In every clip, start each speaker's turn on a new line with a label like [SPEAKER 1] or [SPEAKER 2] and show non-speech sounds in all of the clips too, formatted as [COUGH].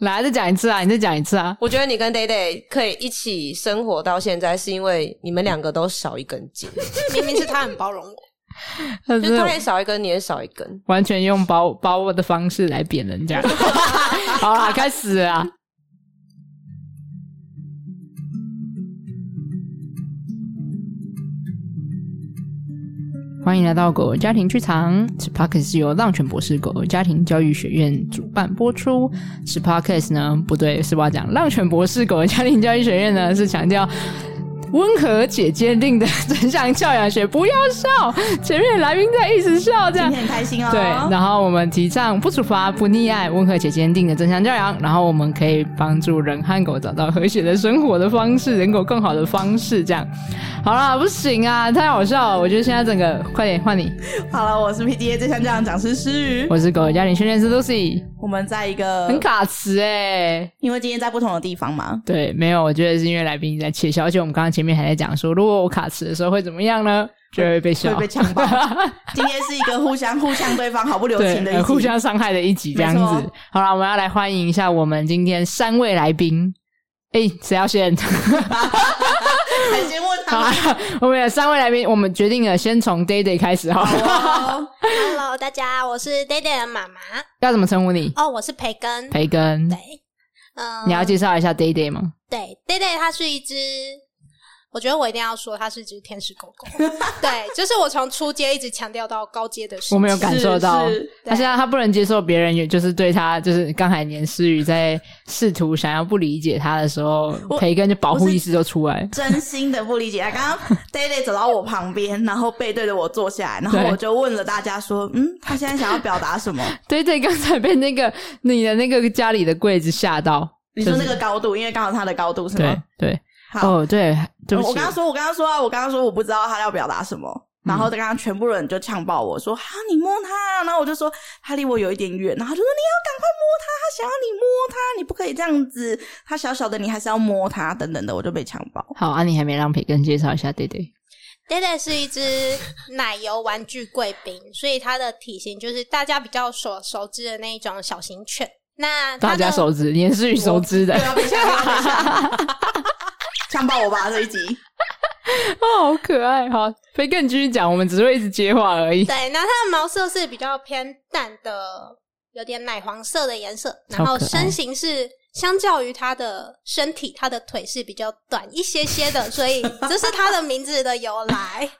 [SPEAKER 1] 来，再讲一次啊！你再讲一次啊！
[SPEAKER 2] 我觉得你跟 Day Day 可以一起生活到现在，是因为你们两个都少一根 [LAUGHS] 筋，
[SPEAKER 3] 明明是他很包容我，
[SPEAKER 1] 他
[SPEAKER 2] 就是
[SPEAKER 1] 是
[SPEAKER 2] 他也少一根，你也少一根。
[SPEAKER 1] 完全用包包我的方式来贬人家。好啦，开始啊！欢迎来到狗儿家庭剧场。此 podcast 是由浪犬博士狗儿家庭教育学院主办播出。此 podcast 呢，不对，是我要讲浪犬博士狗儿家庭教育学院呢，是强调温和且坚定的正向教养学，不要笑。前面的来宾在一直笑，这样
[SPEAKER 3] 今天很开心哦。
[SPEAKER 1] 对，然后我们提倡不处罚、不溺爱、温和且坚定的正向教养，然后我们可以帮助人和狗找到和谐的生活的方式，人狗更好的方式。这样，好啦，不行啊，太好笑了！我觉得现在整个，快点换你，
[SPEAKER 3] 好了，我是 PDA 最强教养讲师诗雨。
[SPEAKER 1] 我是狗的家庭训练师 Lucy，
[SPEAKER 3] 我们在一个
[SPEAKER 1] 嗯很，卡词哎、
[SPEAKER 3] 因为今天在不同的地方嘛，
[SPEAKER 1] 对，没有，我觉得是因为来宾在窃笑，而且我们刚刚前面还在讲说，如果我卡词的时候会怎么样呢？就会被笑，
[SPEAKER 3] 会
[SPEAKER 1] [LAUGHS]
[SPEAKER 3] 被呛爆今天是一个互相互相对方毫不留
[SPEAKER 1] 对
[SPEAKER 3] 情的一
[SPEAKER 1] 呃
[SPEAKER 3] 集，
[SPEAKER 1] 互相伤害的一集这样
[SPEAKER 3] 没
[SPEAKER 1] 子
[SPEAKER 3] 错。
[SPEAKER 1] 好了，我们要来欢迎一下我们今天三位来宾。诶，谁要先？ [LAUGHS]
[SPEAKER 3] 还先问
[SPEAKER 1] 好
[SPEAKER 3] 他
[SPEAKER 1] 啊。，我们有三位来宾，我们决定了，先从 Day Day 开始 [LAUGHS] 好了。
[SPEAKER 3] 哦
[SPEAKER 4] Hello，大家，我是 Day Day 的妈妈。
[SPEAKER 1] 要怎么称呼你？
[SPEAKER 4] 哦，我是培根。
[SPEAKER 1] 培根，
[SPEAKER 4] 对，嗯、
[SPEAKER 3] 呃
[SPEAKER 1] 你要介绍一下 Day Day 吗？
[SPEAKER 4] 对 Day Day，它是一只，我觉得我一定要说，它是一只天使狗
[SPEAKER 1] [LAUGHS]
[SPEAKER 4] 狗。对，就是我从初阶一直强调到高阶的事情。
[SPEAKER 1] 我没有感受到
[SPEAKER 3] 是是，
[SPEAKER 1] 他现在他不能接受别人，也就是对他，就是刚才年思雨在试图想要不理解他的时候，
[SPEAKER 3] 我
[SPEAKER 1] 培根就保护意识就出来。
[SPEAKER 3] 真心的不理解。刚刚 Day Day 走到我旁边，然后背对着我坐下来，然后
[SPEAKER 1] 对
[SPEAKER 3] 我就问了大家说：“嗯，他现在想要表
[SPEAKER 1] [LAUGHS]
[SPEAKER 3] 达什么？
[SPEAKER 1] Day Day 刚才被那个你的那个家里的柜子吓到，
[SPEAKER 3] 你说
[SPEAKER 1] 就
[SPEAKER 3] 那
[SPEAKER 1] 是
[SPEAKER 3] 个高度，因为刚好他的高度是吗
[SPEAKER 1] 对？对，
[SPEAKER 3] 好，
[SPEAKER 1] 哦对，对不
[SPEAKER 3] 我
[SPEAKER 1] 起嗯
[SPEAKER 3] 刚，刚说，我刚刚说啊，我刚刚说我不知道他要表达什么，然后刚刚全部人就呛爆我说：“哈、你摸他啊、然后我就说：“他离我有一点远。”然后他就说：“你要赶快摸他，他想要你摸他，你不可以这样子，他小小的你还是要摸他，等等的。”我就被呛爆。
[SPEAKER 1] 好啊，你还没让培根介绍一下 Day Day。
[SPEAKER 4] Day Day 是一只奶油玩具贵宾，所以它的体型就是大家比较所熟知的那一种小型犬。那它
[SPEAKER 1] 大
[SPEAKER 4] 的
[SPEAKER 1] 家熟知，年思雨熟知的
[SPEAKER 3] 对，啊，被呛爆，被呛爆呛爆我吧这一集。
[SPEAKER 1] [LAUGHS] 哦，好可爱！好，培根你继续讲，我们只是会一直接话而已。
[SPEAKER 4] [LAUGHS] 对，那它的毛色是比较偏淡的，有点奶黄色的颜色，然
[SPEAKER 1] 超
[SPEAKER 4] 后
[SPEAKER 1] 可爱
[SPEAKER 4] 身形是相较于它的身体，它的腿是比较短一些些的，所以这是它的名字的由
[SPEAKER 1] [LAUGHS]
[SPEAKER 4] 来。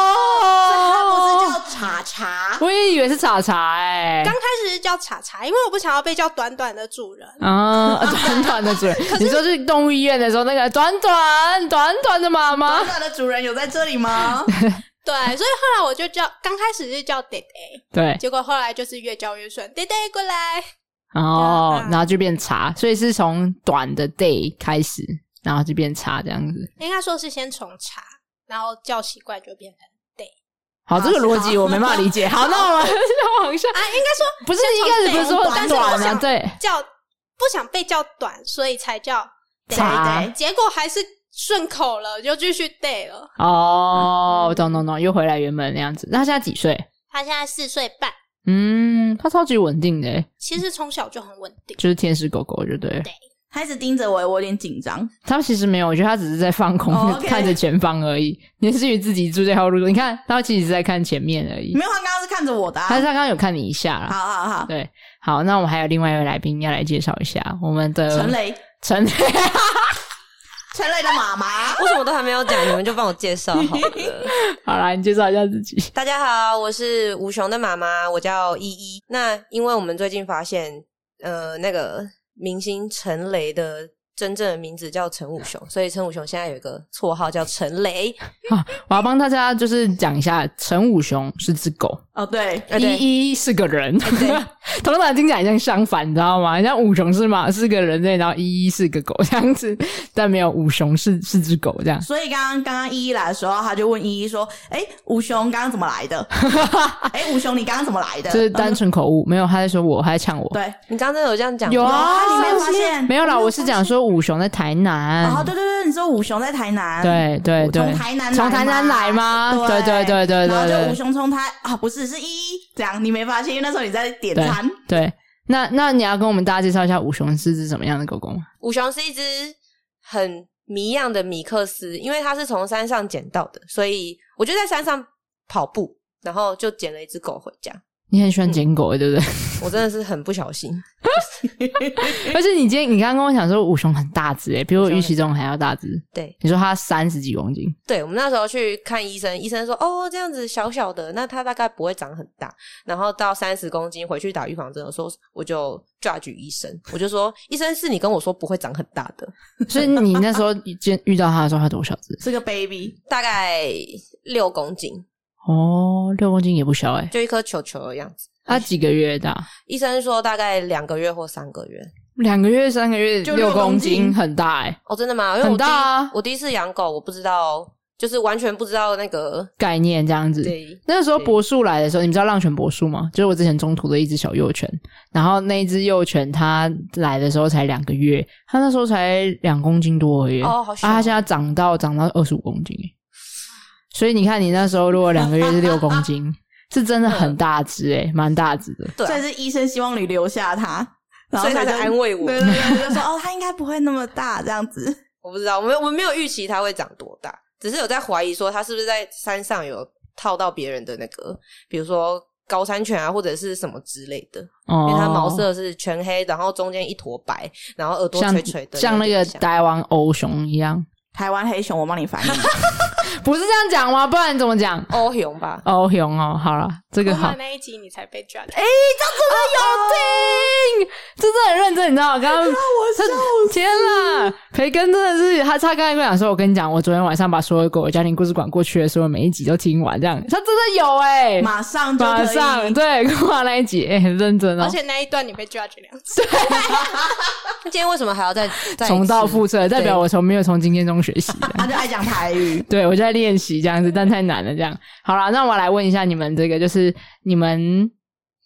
[SPEAKER 3] 他不
[SPEAKER 1] [LAUGHS]
[SPEAKER 3] 是
[SPEAKER 1] 哦，
[SPEAKER 3] 叫查查，
[SPEAKER 1] 我也以为是查查哎、
[SPEAKER 4] 刚开始是叫查查，因为我不想要被叫短短的主人。
[SPEAKER 1] 啊，短短的主 [LAUGHS] 人，你说去动物医院的时候，那个短短短短的妈妈
[SPEAKER 3] 短，短的主人有在这里
[SPEAKER 1] [LAUGHS]
[SPEAKER 3] 吗？
[SPEAKER 4] 对，所以后来我就叫，刚开始是叫 Day Day，
[SPEAKER 1] 对，
[SPEAKER 4] 结果后来就是越叫越顺，Day Day 过来。
[SPEAKER 1] 哦
[SPEAKER 4] 啊，
[SPEAKER 1] 然后就变茶，所以是从短的 day 开始，然后就变茶这样子。
[SPEAKER 4] 应该说是先从查，然后叫习惯就变成
[SPEAKER 1] 好，这个逻辑我没办法理解。好， [LAUGHS] 那我们再往下，
[SPEAKER 4] 啊，应该说
[SPEAKER 1] 不是一开始不是说短
[SPEAKER 4] 但是我
[SPEAKER 1] 短啊？
[SPEAKER 4] 想
[SPEAKER 1] 对，
[SPEAKER 4] 叫不想被叫短，所以才叫 day
[SPEAKER 1] 茶
[SPEAKER 4] 结果还是顺口了，就继续 day 了。
[SPEAKER 1] 哦，懂懂懂，又回来原本那样子。那他现在几岁？
[SPEAKER 4] 他现在四岁半，
[SPEAKER 1] 嗯，他超级稳定的欸，
[SPEAKER 4] 其实从小就很稳定。
[SPEAKER 1] 就是天使狗狗，就对了。
[SPEAKER 3] 他一直盯着我，我有点紧张。
[SPEAKER 1] 他其实没有，我觉得他只是在放空，
[SPEAKER 3] 哦，OK
[SPEAKER 1] 看着前方而已。年思雨自己住在后路，你看他其实是在看前面而已。
[SPEAKER 3] 没有，他刚刚是看着我的、
[SPEAKER 1] 他
[SPEAKER 3] 啊。
[SPEAKER 1] 他刚刚有看你一下
[SPEAKER 3] 好
[SPEAKER 1] 啦。
[SPEAKER 3] 好好，
[SPEAKER 1] 对，好，那我们还有另外一位来宾要来介绍一下我们的
[SPEAKER 3] 陈，雷，
[SPEAKER 1] 陈雷，
[SPEAKER 3] 陈雷的妈妈。
[SPEAKER 2] 为什么都还没有讲，你们就帮我介绍好了。
[SPEAKER 1] [LAUGHS] 好啦，你介绍一下自己。
[SPEAKER 2] [LAUGHS] 大家好，我是无熊的妈妈，我叫依依。那因为我们最近发现，呃，那个明星陈雷的真正的名字叫陈武雄，所以陈武雄现在有一个绰号叫陈雷。
[SPEAKER 1] 我要帮大家就是讲一下，陈武雄是只狗，
[SPEAKER 3] 哦，对，呃
[SPEAKER 2] 啊对
[SPEAKER 1] 依依是个人。 [LAUGHS]
[SPEAKER 2] 对
[SPEAKER 1] 头脑听起来像相反，你知道吗？像五雄是嘛是个人类，然后依依是个狗这样子， [LAUGHS] 但没有五雄是是只狗这样。
[SPEAKER 3] 所以刚刚刚刚依依来的时候，他就问依依说：“哎，吴雄刚刚怎么来的？哎，吴雄你刚刚怎么来的？”
[SPEAKER 1] 就是单纯口误，没有他在说我，他在呛我。
[SPEAKER 3] 对，
[SPEAKER 2] 你刚刚有这样讲吗？
[SPEAKER 1] 有
[SPEAKER 3] 啊，
[SPEAKER 1] 啊
[SPEAKER 3] 你没有发现？哦
[SPEAKER 1] 没有啦，我是讲说五雄在台南。
[SPEAKER 3] 哦，对对对，你说吴雄在台南，
[SPEAKER 1] 对对
[SPEAKER 3] 我从
[SPEAKER 1] 对，
[SPEAKER 3] 台南
[SPEAKER 1] 从台南来吗？对对对对
[SPEAKER 3] 然后就吴
[SPEAKER 1] 对
[SPEAKER 3] 雄从台啊，不是是依依，这样你没发现？因为那时候你在点
[SPEAKER 1] 对
[SPEAKER 3] 餐，
[SPEAKER 1] 对。那那你要跟我们大家介绍一下五熊是只怎么样的狗狗吗？
[SPEAKER 2] 五熊是一只很迷样的米克斯，因为它是从山上捡到的，所以我就在山上跑步，然后就捡了一只狗回家。
[SPEAKER 1] 你很喜欢捡狗、欸，对不
[SPEAKER 3] 嗯
[SPEAKER 1] 对？
[SPEAKER 2] 我真的是很不小心，
[SPEAKER 1] 而且你今天你刚刚跟我讲说五熊很大只诶、欸比我预期中还要大只。
[SPEAKER 2] 对
[SPEAKER 1] 你说它三十几公斤，
[SPEAKER 2] 对，我们那时候去看医生，医生说哦，这样子小小的，那它大概不会长很大。然后到三十公斤回去打预防针的时候，我就 judge 医生，我就说医生是你跟我说不会长很大的，
[SPEAKER 1] 所以你那时候见遇到它的时候，它多少只？
[SPEAKER 3] 是个 baby，
[SPEAKER 2] 大概六公斤，
[SPEAKER 1] [LAUGHS] 哦，六公斤也不小诶、
[SPEAKER 2] 就一颗球球的样子。
[SPEAKER 1] 它几个月大？
[SPEAKER 2] 医生说大概两个月或三个月。
[SPEAKER 1] 两个月、三个月，
[SPEAKER 3] 就
[SPEAKER 1] 六
[SPEAKER 3] 六公斤
[SPEAKER 1] 斤，很大欸诶、
[SPEAKER 2] 哦，真的吗？因为我
[SPEAKER 1] 很
[SPEAKER 2] 第一、
[SPEAKER 1] 大啊
[SPEAKER 2] 我第一次养狗，我不知道，就是完全不知道那个
[SPEAKER 1] 概念这样子。
[SPEAKER 2] 对
[SPEAKER 1] 那时候
[SPEAKER 2] 对
[SPEAKER 1] 柏树来的时候，你们知道浪犬柏树吗？就是我之前中途的一只小幼犬，然后那一只幼犬它来的时候才两个月，它那时候才两公斤多而已。
[SPEAKER 2] 哦好小
[SPEAKER 1] 啊，它现在长到长到二十五公斤耶，所以你看你那时候如果两个月是六公 [LAUGHS] 斤，是真的很大只诶，蛮大只的。
[SPEAKER 2] 对啊
[SPEAKER 3] 所以是医生希望你留下他，然后
[SPEAKER 2] 所以他
[SPEAKER 3] 就
[SPEAKER 2] 才安慰我
[SPEAKER 3] 对对对，就说哦，他应该不会那么大这样子。
[SPEAKER 2] 我不知道，我们我们没有预期它会长多大，只是有在怀疑说它是不是在山上有套到别人的那个，比如说高山犬啊，或者是什么之类的，
[SPEAKER 1] 哦
[SPEAKER 2] 因为它毛色是全黑，然后中间一坨白，然后耳朵
[SPEAKER 1] 像
[SPEAKER 2] 垂垂的，
[SPEAKER 1] 像
[SPEAKER 2] 有
[SPEAKER 1] 那
[SPEAKER 2] 点
[SPEAKER 1] 个
[SPEAKER 2] 像
[SPEAKER 1] 台湾欧熊一样，
[SPEAKER 3] 台湾黑熊，我帮你翻译。
[SPEAKER 1] 不是这样讲吗？不然怎么讲？
[SPEAKER 2] 欧哦熊吧。
[SPEAKER 1] 欧熊哦，好了，这个
[SPEAKER 4] 我
[SPEAKER 1] 好
[SPEAKER 4] 买。那一集你才被抓的。
[SPEAKER 1] 有听，这真的很认真，你知道吗？刚刚我天啦，培根真的是他，他刚才跟我讲说，我跟你讲，我昨天晚上把所有狗的家庭故事馆过去的所有每一集都听完，这样他真的有哎、
[SPEAKER 3] [LAUGHS] 马上就可
[SPEAKER 1] 马
[SPEAKER 3] 以
[SPEAKER 1] 上对，挂那一集，哎、很认真哦，
[SPEAKER 4] 而且那一段你被 judge 两次，
[SPEAKER 2] 那今天为什么还要再再
[SPEAKER 1] 重蹈覆
[SPEAKER 2] 复？
[SPEAKER 1] 辙，代表我从没有从经验中学习。。
[SPEAKER 3] 他就爱讲台语
[SPEAKER 1] 对，我就在练习这样子，但太难了。这样好了，那我来问一下你们这个，就是你们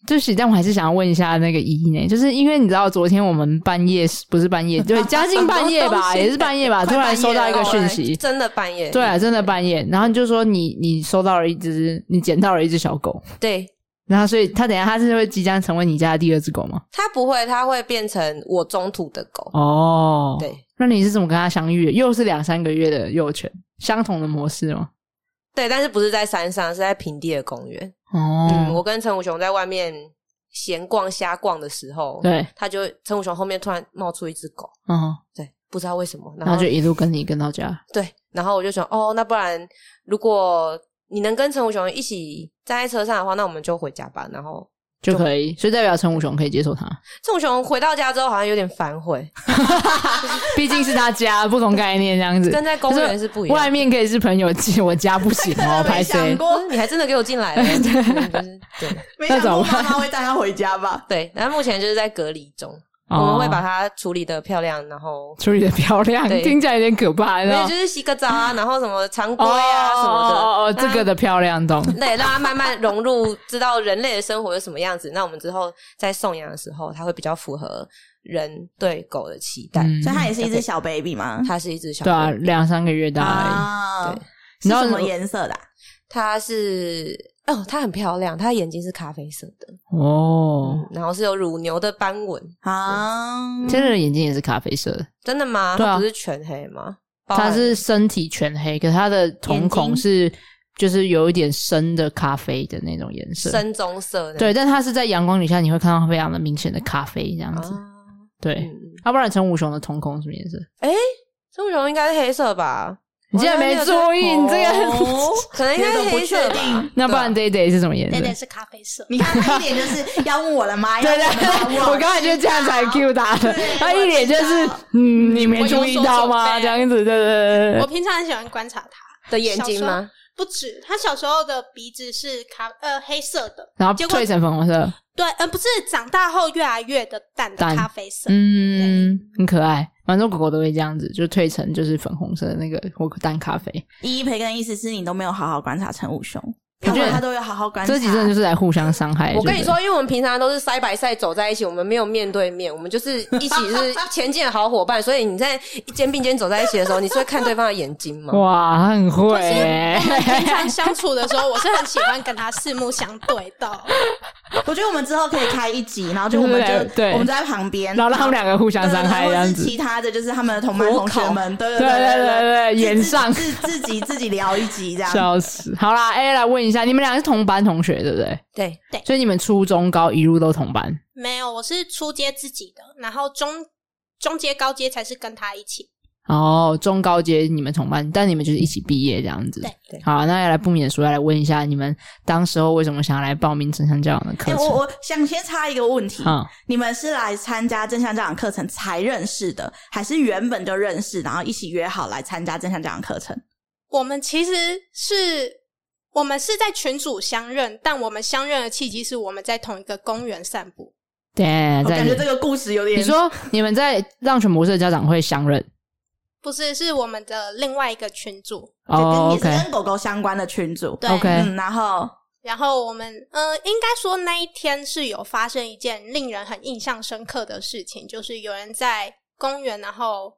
[SPEAKER 1] 就是，但我还是想要问一下那个一呢，就是因为你知道昨天我们半夜不是半夜，对，将近半夜
[SPEAKER 3] 什么东
[SPEAKER 1] 吧，
[SPEAKER 3] 西
[SPEAKER 1] 也是半夜
[SPEAKER 2] [LAUGHS]
[SPEAKER 1] 吧，突
[SPEAKER 3] 快
[SPEAKER 1] 然
[SPEAKER 3] 半夜
[SPEAKER 1] 收到一个
[SPEAKER 3] 了
[SPEAKER 1] 讯
[SPEAKER 3] 喂
[SPEAKER 1] 息，
[SPEAKER 2] 真的半夜
[SPEAKER 1] 对啊，真的半夜，然后你就说你你收到了一只，你捡到了一只小狗，
[SPEAKER 2] 对，
[SPEAKER 1] 然后所以它等一下它是会即将成为你家的第二只狗吗？
[SPEAKER 2] 它不会，它会变成我中途的狗。
[SPEAKER 1] 哦，
[SPEAKER 2] 对，
[SPEAKER 1] 那你是怎么跟它相遇的？又是两三个月的幼犬，相同的模式吗？
[SPEAKER 2] 对，但是不是在山上，是在平地的公园。
[SPEAKER 1] 哦，
[SPEAKER 2] 嗯，我跟陈武雄在外面闲逛瞎逛的时候，
[SPEAKER 1] 对，
[SPEAKER 2] 他就陈武雄后面突然冒出一只狗，
[SPEAKER 1] 哦，
[SPEAKER 2] 对，不知道为什么，然
[SPEAKER 1] 然后
[SPEAKER 2] 后
[SPEAKER 1] 就一路跟你跟到家。
[SPEAKER 2] 对，然后我就想，哦，那不然如果你能跟陈武雄一起站在车上的话，那我们就回家吧。然后
[SPEAKER 1] 就可以，所以代表陈武雄可以接受他，
[SPEAKER 2] 陈武雄回到家之后，好像有点反悔，
[SPEAKER 1] 毕竟是他家，不同概念这样子，
[SPEAKER 2] 跟在公园是不一
[SPEAKER 1] 外
[SPEAKER 2] 样的。
[SPEAKER 1] 面可以是朋友进，我家不行
[SPEAKER 2] [LAUGHS]
[SPEAKER 1] 哦，
[SPEAKER 3] 没
[SPEAKER 1] 拍
[SPEAKER 3] 想
[SPEAKER 1] 谁？
[SPEAKER 3] 过，
[SPEAKER 2] 你还真的给我进来
[SPEAKER 1] [LAUGHS]
[SPEAKER 2] 了，嗯就是对
[SPEAKER 3] 没
[SPEAKER 1] 那
[SPEAKER 3] 想过
[SPEAKER 1] 怎么
[SPEAKER 3] 妈
[SPEAKER 1] 办
[SPEAKER 3] 妈会带他回
[SPEAKER 1] [LAUGHS]
[SPEAKER 3] 家吧？
[SPEAKER 2] 对。然后目前就是在隔离中，我
[SPEAKER 1] 哦
[SPEAKER 2] 们会把它处理的漂亮，然后
[SPEAKER 1] 处理的漂亮，
[SPEAKER 2] 对
[SPEAKER 1] 听起来有点可怕，你知
[SPEAKER 2] 没
[SPEAKER 1] 道吗？
[SPEAKER 2] 有就是洗个澡啊，然后什么常规
[SPEAKER 1] 哦
[SPEAKER 2] 啊什么的。啊
[SPEAKER 1] 哦哦哦，这个的漂亮懂。
[SPEAKER 2] 对，让它慢慢融入，知道人类的生活是什么样子。那我们之后在送养的时候，它会比较符合人对狗的期待。
[SPEAKER 1] 嗯
[SPEAKER 3] 所以他也是一只小 baby 吗？
[SPEAKER 2] 它是一只小狗，
[SPEAKER 1] 对啊，两三个月大
[SPEAKER 3] 啊
[SPEAKER 2] 对，
[SPEAKER 3] 是
[SPEAKER 1] 你知道
[SPEAKER 3] 什么颜色的啊？
[SPEAKER 2] 它是哦，它很漂亮，它眼睛是咖啡色的，
[SPEAKER 1] 而已哦
[SPEAKER 2] 嗯，，然后是有乳牛的斑纹。嗯
[SPEAKER 3] 啊，
[SPEAKER 1] 天热的眼睛也是咖啡色的，
[SPEAKER 2] 真的吗？
[SPEAKER 1] 对啊
[SPEAKER 2] 它不是全黑吗？包含
[SPEAKER 1] 它是身体全黑，可是它的瞳孔
[SPEAKER 3] 眼睛
[SPEAKER 1] 是就是有一点深的咖啡的那种颜色，
[SPEAKER 2] 深棕色的，
[SPEAKER 1] 对，但它是在阳光底下你会看到非常的明显的咖啡这样
[SPEAKER 2] 啊，
[SPEAKER 1] 子，对。
[SPEAKER 2] 嗯，
[SPEAKER 1] 要、不然陈武雄的瞳孔什么颜色？
[SPEAKER 2] 棕熊应该是黑色吧？
[SPEAKER 1] 你竟然没注意，你这个。
[SPEAKER 3] 哦
[SPEAKER 2] 可能应该是黑色吧
[SPEAKER 3] 这个都不确定。
[SPEAKER 1] 那不然 Day Day 是什么颜色
[SPEAKER 4] 真？的是咖啡色。
[SPEAKER 3] 你看他一脸就是要问我的妈，
[SPEAKER 1] [LAUGHS] 对
[SPEAKER 3] 要问我的
[SPEAKER 1] 对，
[SPEAKER 3] 妈
[SPEAKER 1] 我刚才就这样才 Q 他的
[SPEAKER 3] 对，
[SPEAKER 1] 他一脸就是
[SPEAKER 3] 我知道
[SPEAKER 1] 嗯，你没注意到吗？
[SPEAKER 4] 我有所准备
[SPEAKER 1] 这样子，对对对对
[SPEAKER 4] 我平常很喜欢观察他
[SPEAKER 2] 的眼睛吗？？
[SPEAKER 4] 不止，他小时候的鼻子是咖呃黑色的，
[SPEAKER 1] 然后
[SPEAKER 4] 结果
[SPEAKER 1] 褪成粉红色，
[SPEAKER 4] 对，呃不是长大后越来越的淡的
[SPEAKER 1] 淡
[SPEAKER 4] 咖啡色。
[SPEAKER 1] 嗯，很可爱。蛮多狗狗都会这样子，就褪成就是粉红色的那个或淡咖啡。
[SPEAKER 3] 依依培根的意思是你都没有好好观察陈武雄，看
[SPEAKER 1] 觉得
[SPEAKER 3] 完他都有好好观察。
[SPEAKER 1] 这集真的就是来互相伤害。
[SPEAKER 2] 我跟
[SPEAKER 1] 哎
[SPEAKER 2] 你
[SPEAKER 1] 对不对，
[SPEAKER 2] 说，因为我们平常都是塞白塞走在一起，我们没有面对面，我们就是一起是前进的好伙伴。所以你在肩并肩走在一起的时候，你是会看对方的眼睛吗？
[SPEAKER 1] 哇，他很会欸、
[SPEAKER 4] 呃平常相处的时候，我是很喜欢跟他四目相对的。
[SPEAKER 3] 我觉得我们之后可以开一集，然后就我们
[SPEAKER 1] 对对
[SPEAKER 3] 就
[SPEAKER 1] 对
[SPEAKER 3] 我们就在旁边，
[SPEAKER 1] 然后让他们两个互相伤害这
[SPEAKER 3] 对对
[SPEAKER 1] 样
[SPEAKER 3] 或是
[SPEAKER 1] 子。
[SPEAKER 3] 其他的就是他们的同班
[SPEAKER 2] 国
[SPEAKER 3] 同学
[SPEAKER 2] 考
[SPEAKER 3] 们，对
[SPEAKER 1] 对
[SPEAKER 3] 对
[SPEAKER 1] 对对对
[SPEAKER 3] 对，自
[SPEAKER 1] 演上
[SPEAKER 3] 自自自己自己聊一集这样。
[SPEAKER 1] 笑死！好啦，哎、来问一下，你们俩是同班同学对不对？
[SPEAKER 2] 对，
[SPEAKER 1] 所以你们初中高一路都同班。
[SPEAKER 4] 没有，我是初阶自己的，然后中中阶、高阶才是跟他一起。
[SPEAKER 1] 哦，中高阶你们同班，但你们就是一起毕业这样子。
[SPEAKER 4] 对
[SPEAKER 2] 对
[SPEAKER 1] 好，那要来不免说要来问一下，你们当时候为什么想要来报名正向教养的课
[SPEAKER 3] 哎，
[SPEAKER 1] 程？
[SPEAKER 3] 我我想先插一个问题，
[SPEAKER 1] 嗯，
[SPEAKER 3] 你们是来参加正向教养课程才认识的，还是原本就认识，然后一起约好来参加正向教养课程？
[SPEAKER 4] 我们其实是，我们是在群组相认，但我们相认的契机是我们在同一个公园散步。
[SPEAKER 1] 对，
[SPEAKER 3] 我
[SPEAKER 1] 在
[SPEAKER 3] 感
[SPEAKER 1] 你
[SPEAKER 3] 觉这个故事有点
[SPEAKER 1] 你说你们在让全博士的家长会相认
[SPEAKER 4] 不是，是我们的另外一个群组。
[SPEAKER 3] 就跟
[SPEAKER 1] 哦
[SPEAKER 3] 也是
[SPEAKER 1] ，OK，
[SPEAKER 3] 跟狗狗相关的群组，
[SPEAKER 4] 对
[SPEAKER 1] OK
[SPEAKER 3] 嗯，然后
[SPEAKER 4] 然后我们，呃，应该说那一天是有发生一件令人很印象深刻的事情，就是有人在公园，然后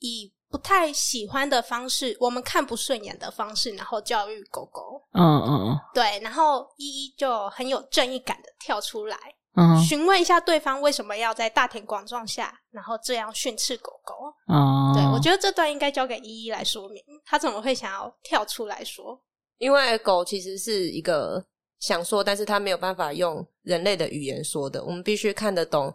[SPEAKER 4] 以不太喜欢的方式，我们看不顺眼的方式，然后教育狗狗。
[SPEAKER 1] 嗯嗯
[SPEAKER 4] 对，然后依依就很有正义感的跳出来，
[SPEAKER 1] 嗯嗯
[SPEAKER 4] 询问一下对方为什么要在大庭广众下，然后这样训斥狗狗。
[SPEAKER 1] 嗯，
[SPEAKER 4] 对我觉得这段应该交给依依来说明，她怎么会想要跳出来说？
[SPEAKER 2] 因为狗其实是一个想说，但是它没有办法用人类的语言说的，我们必须看得懂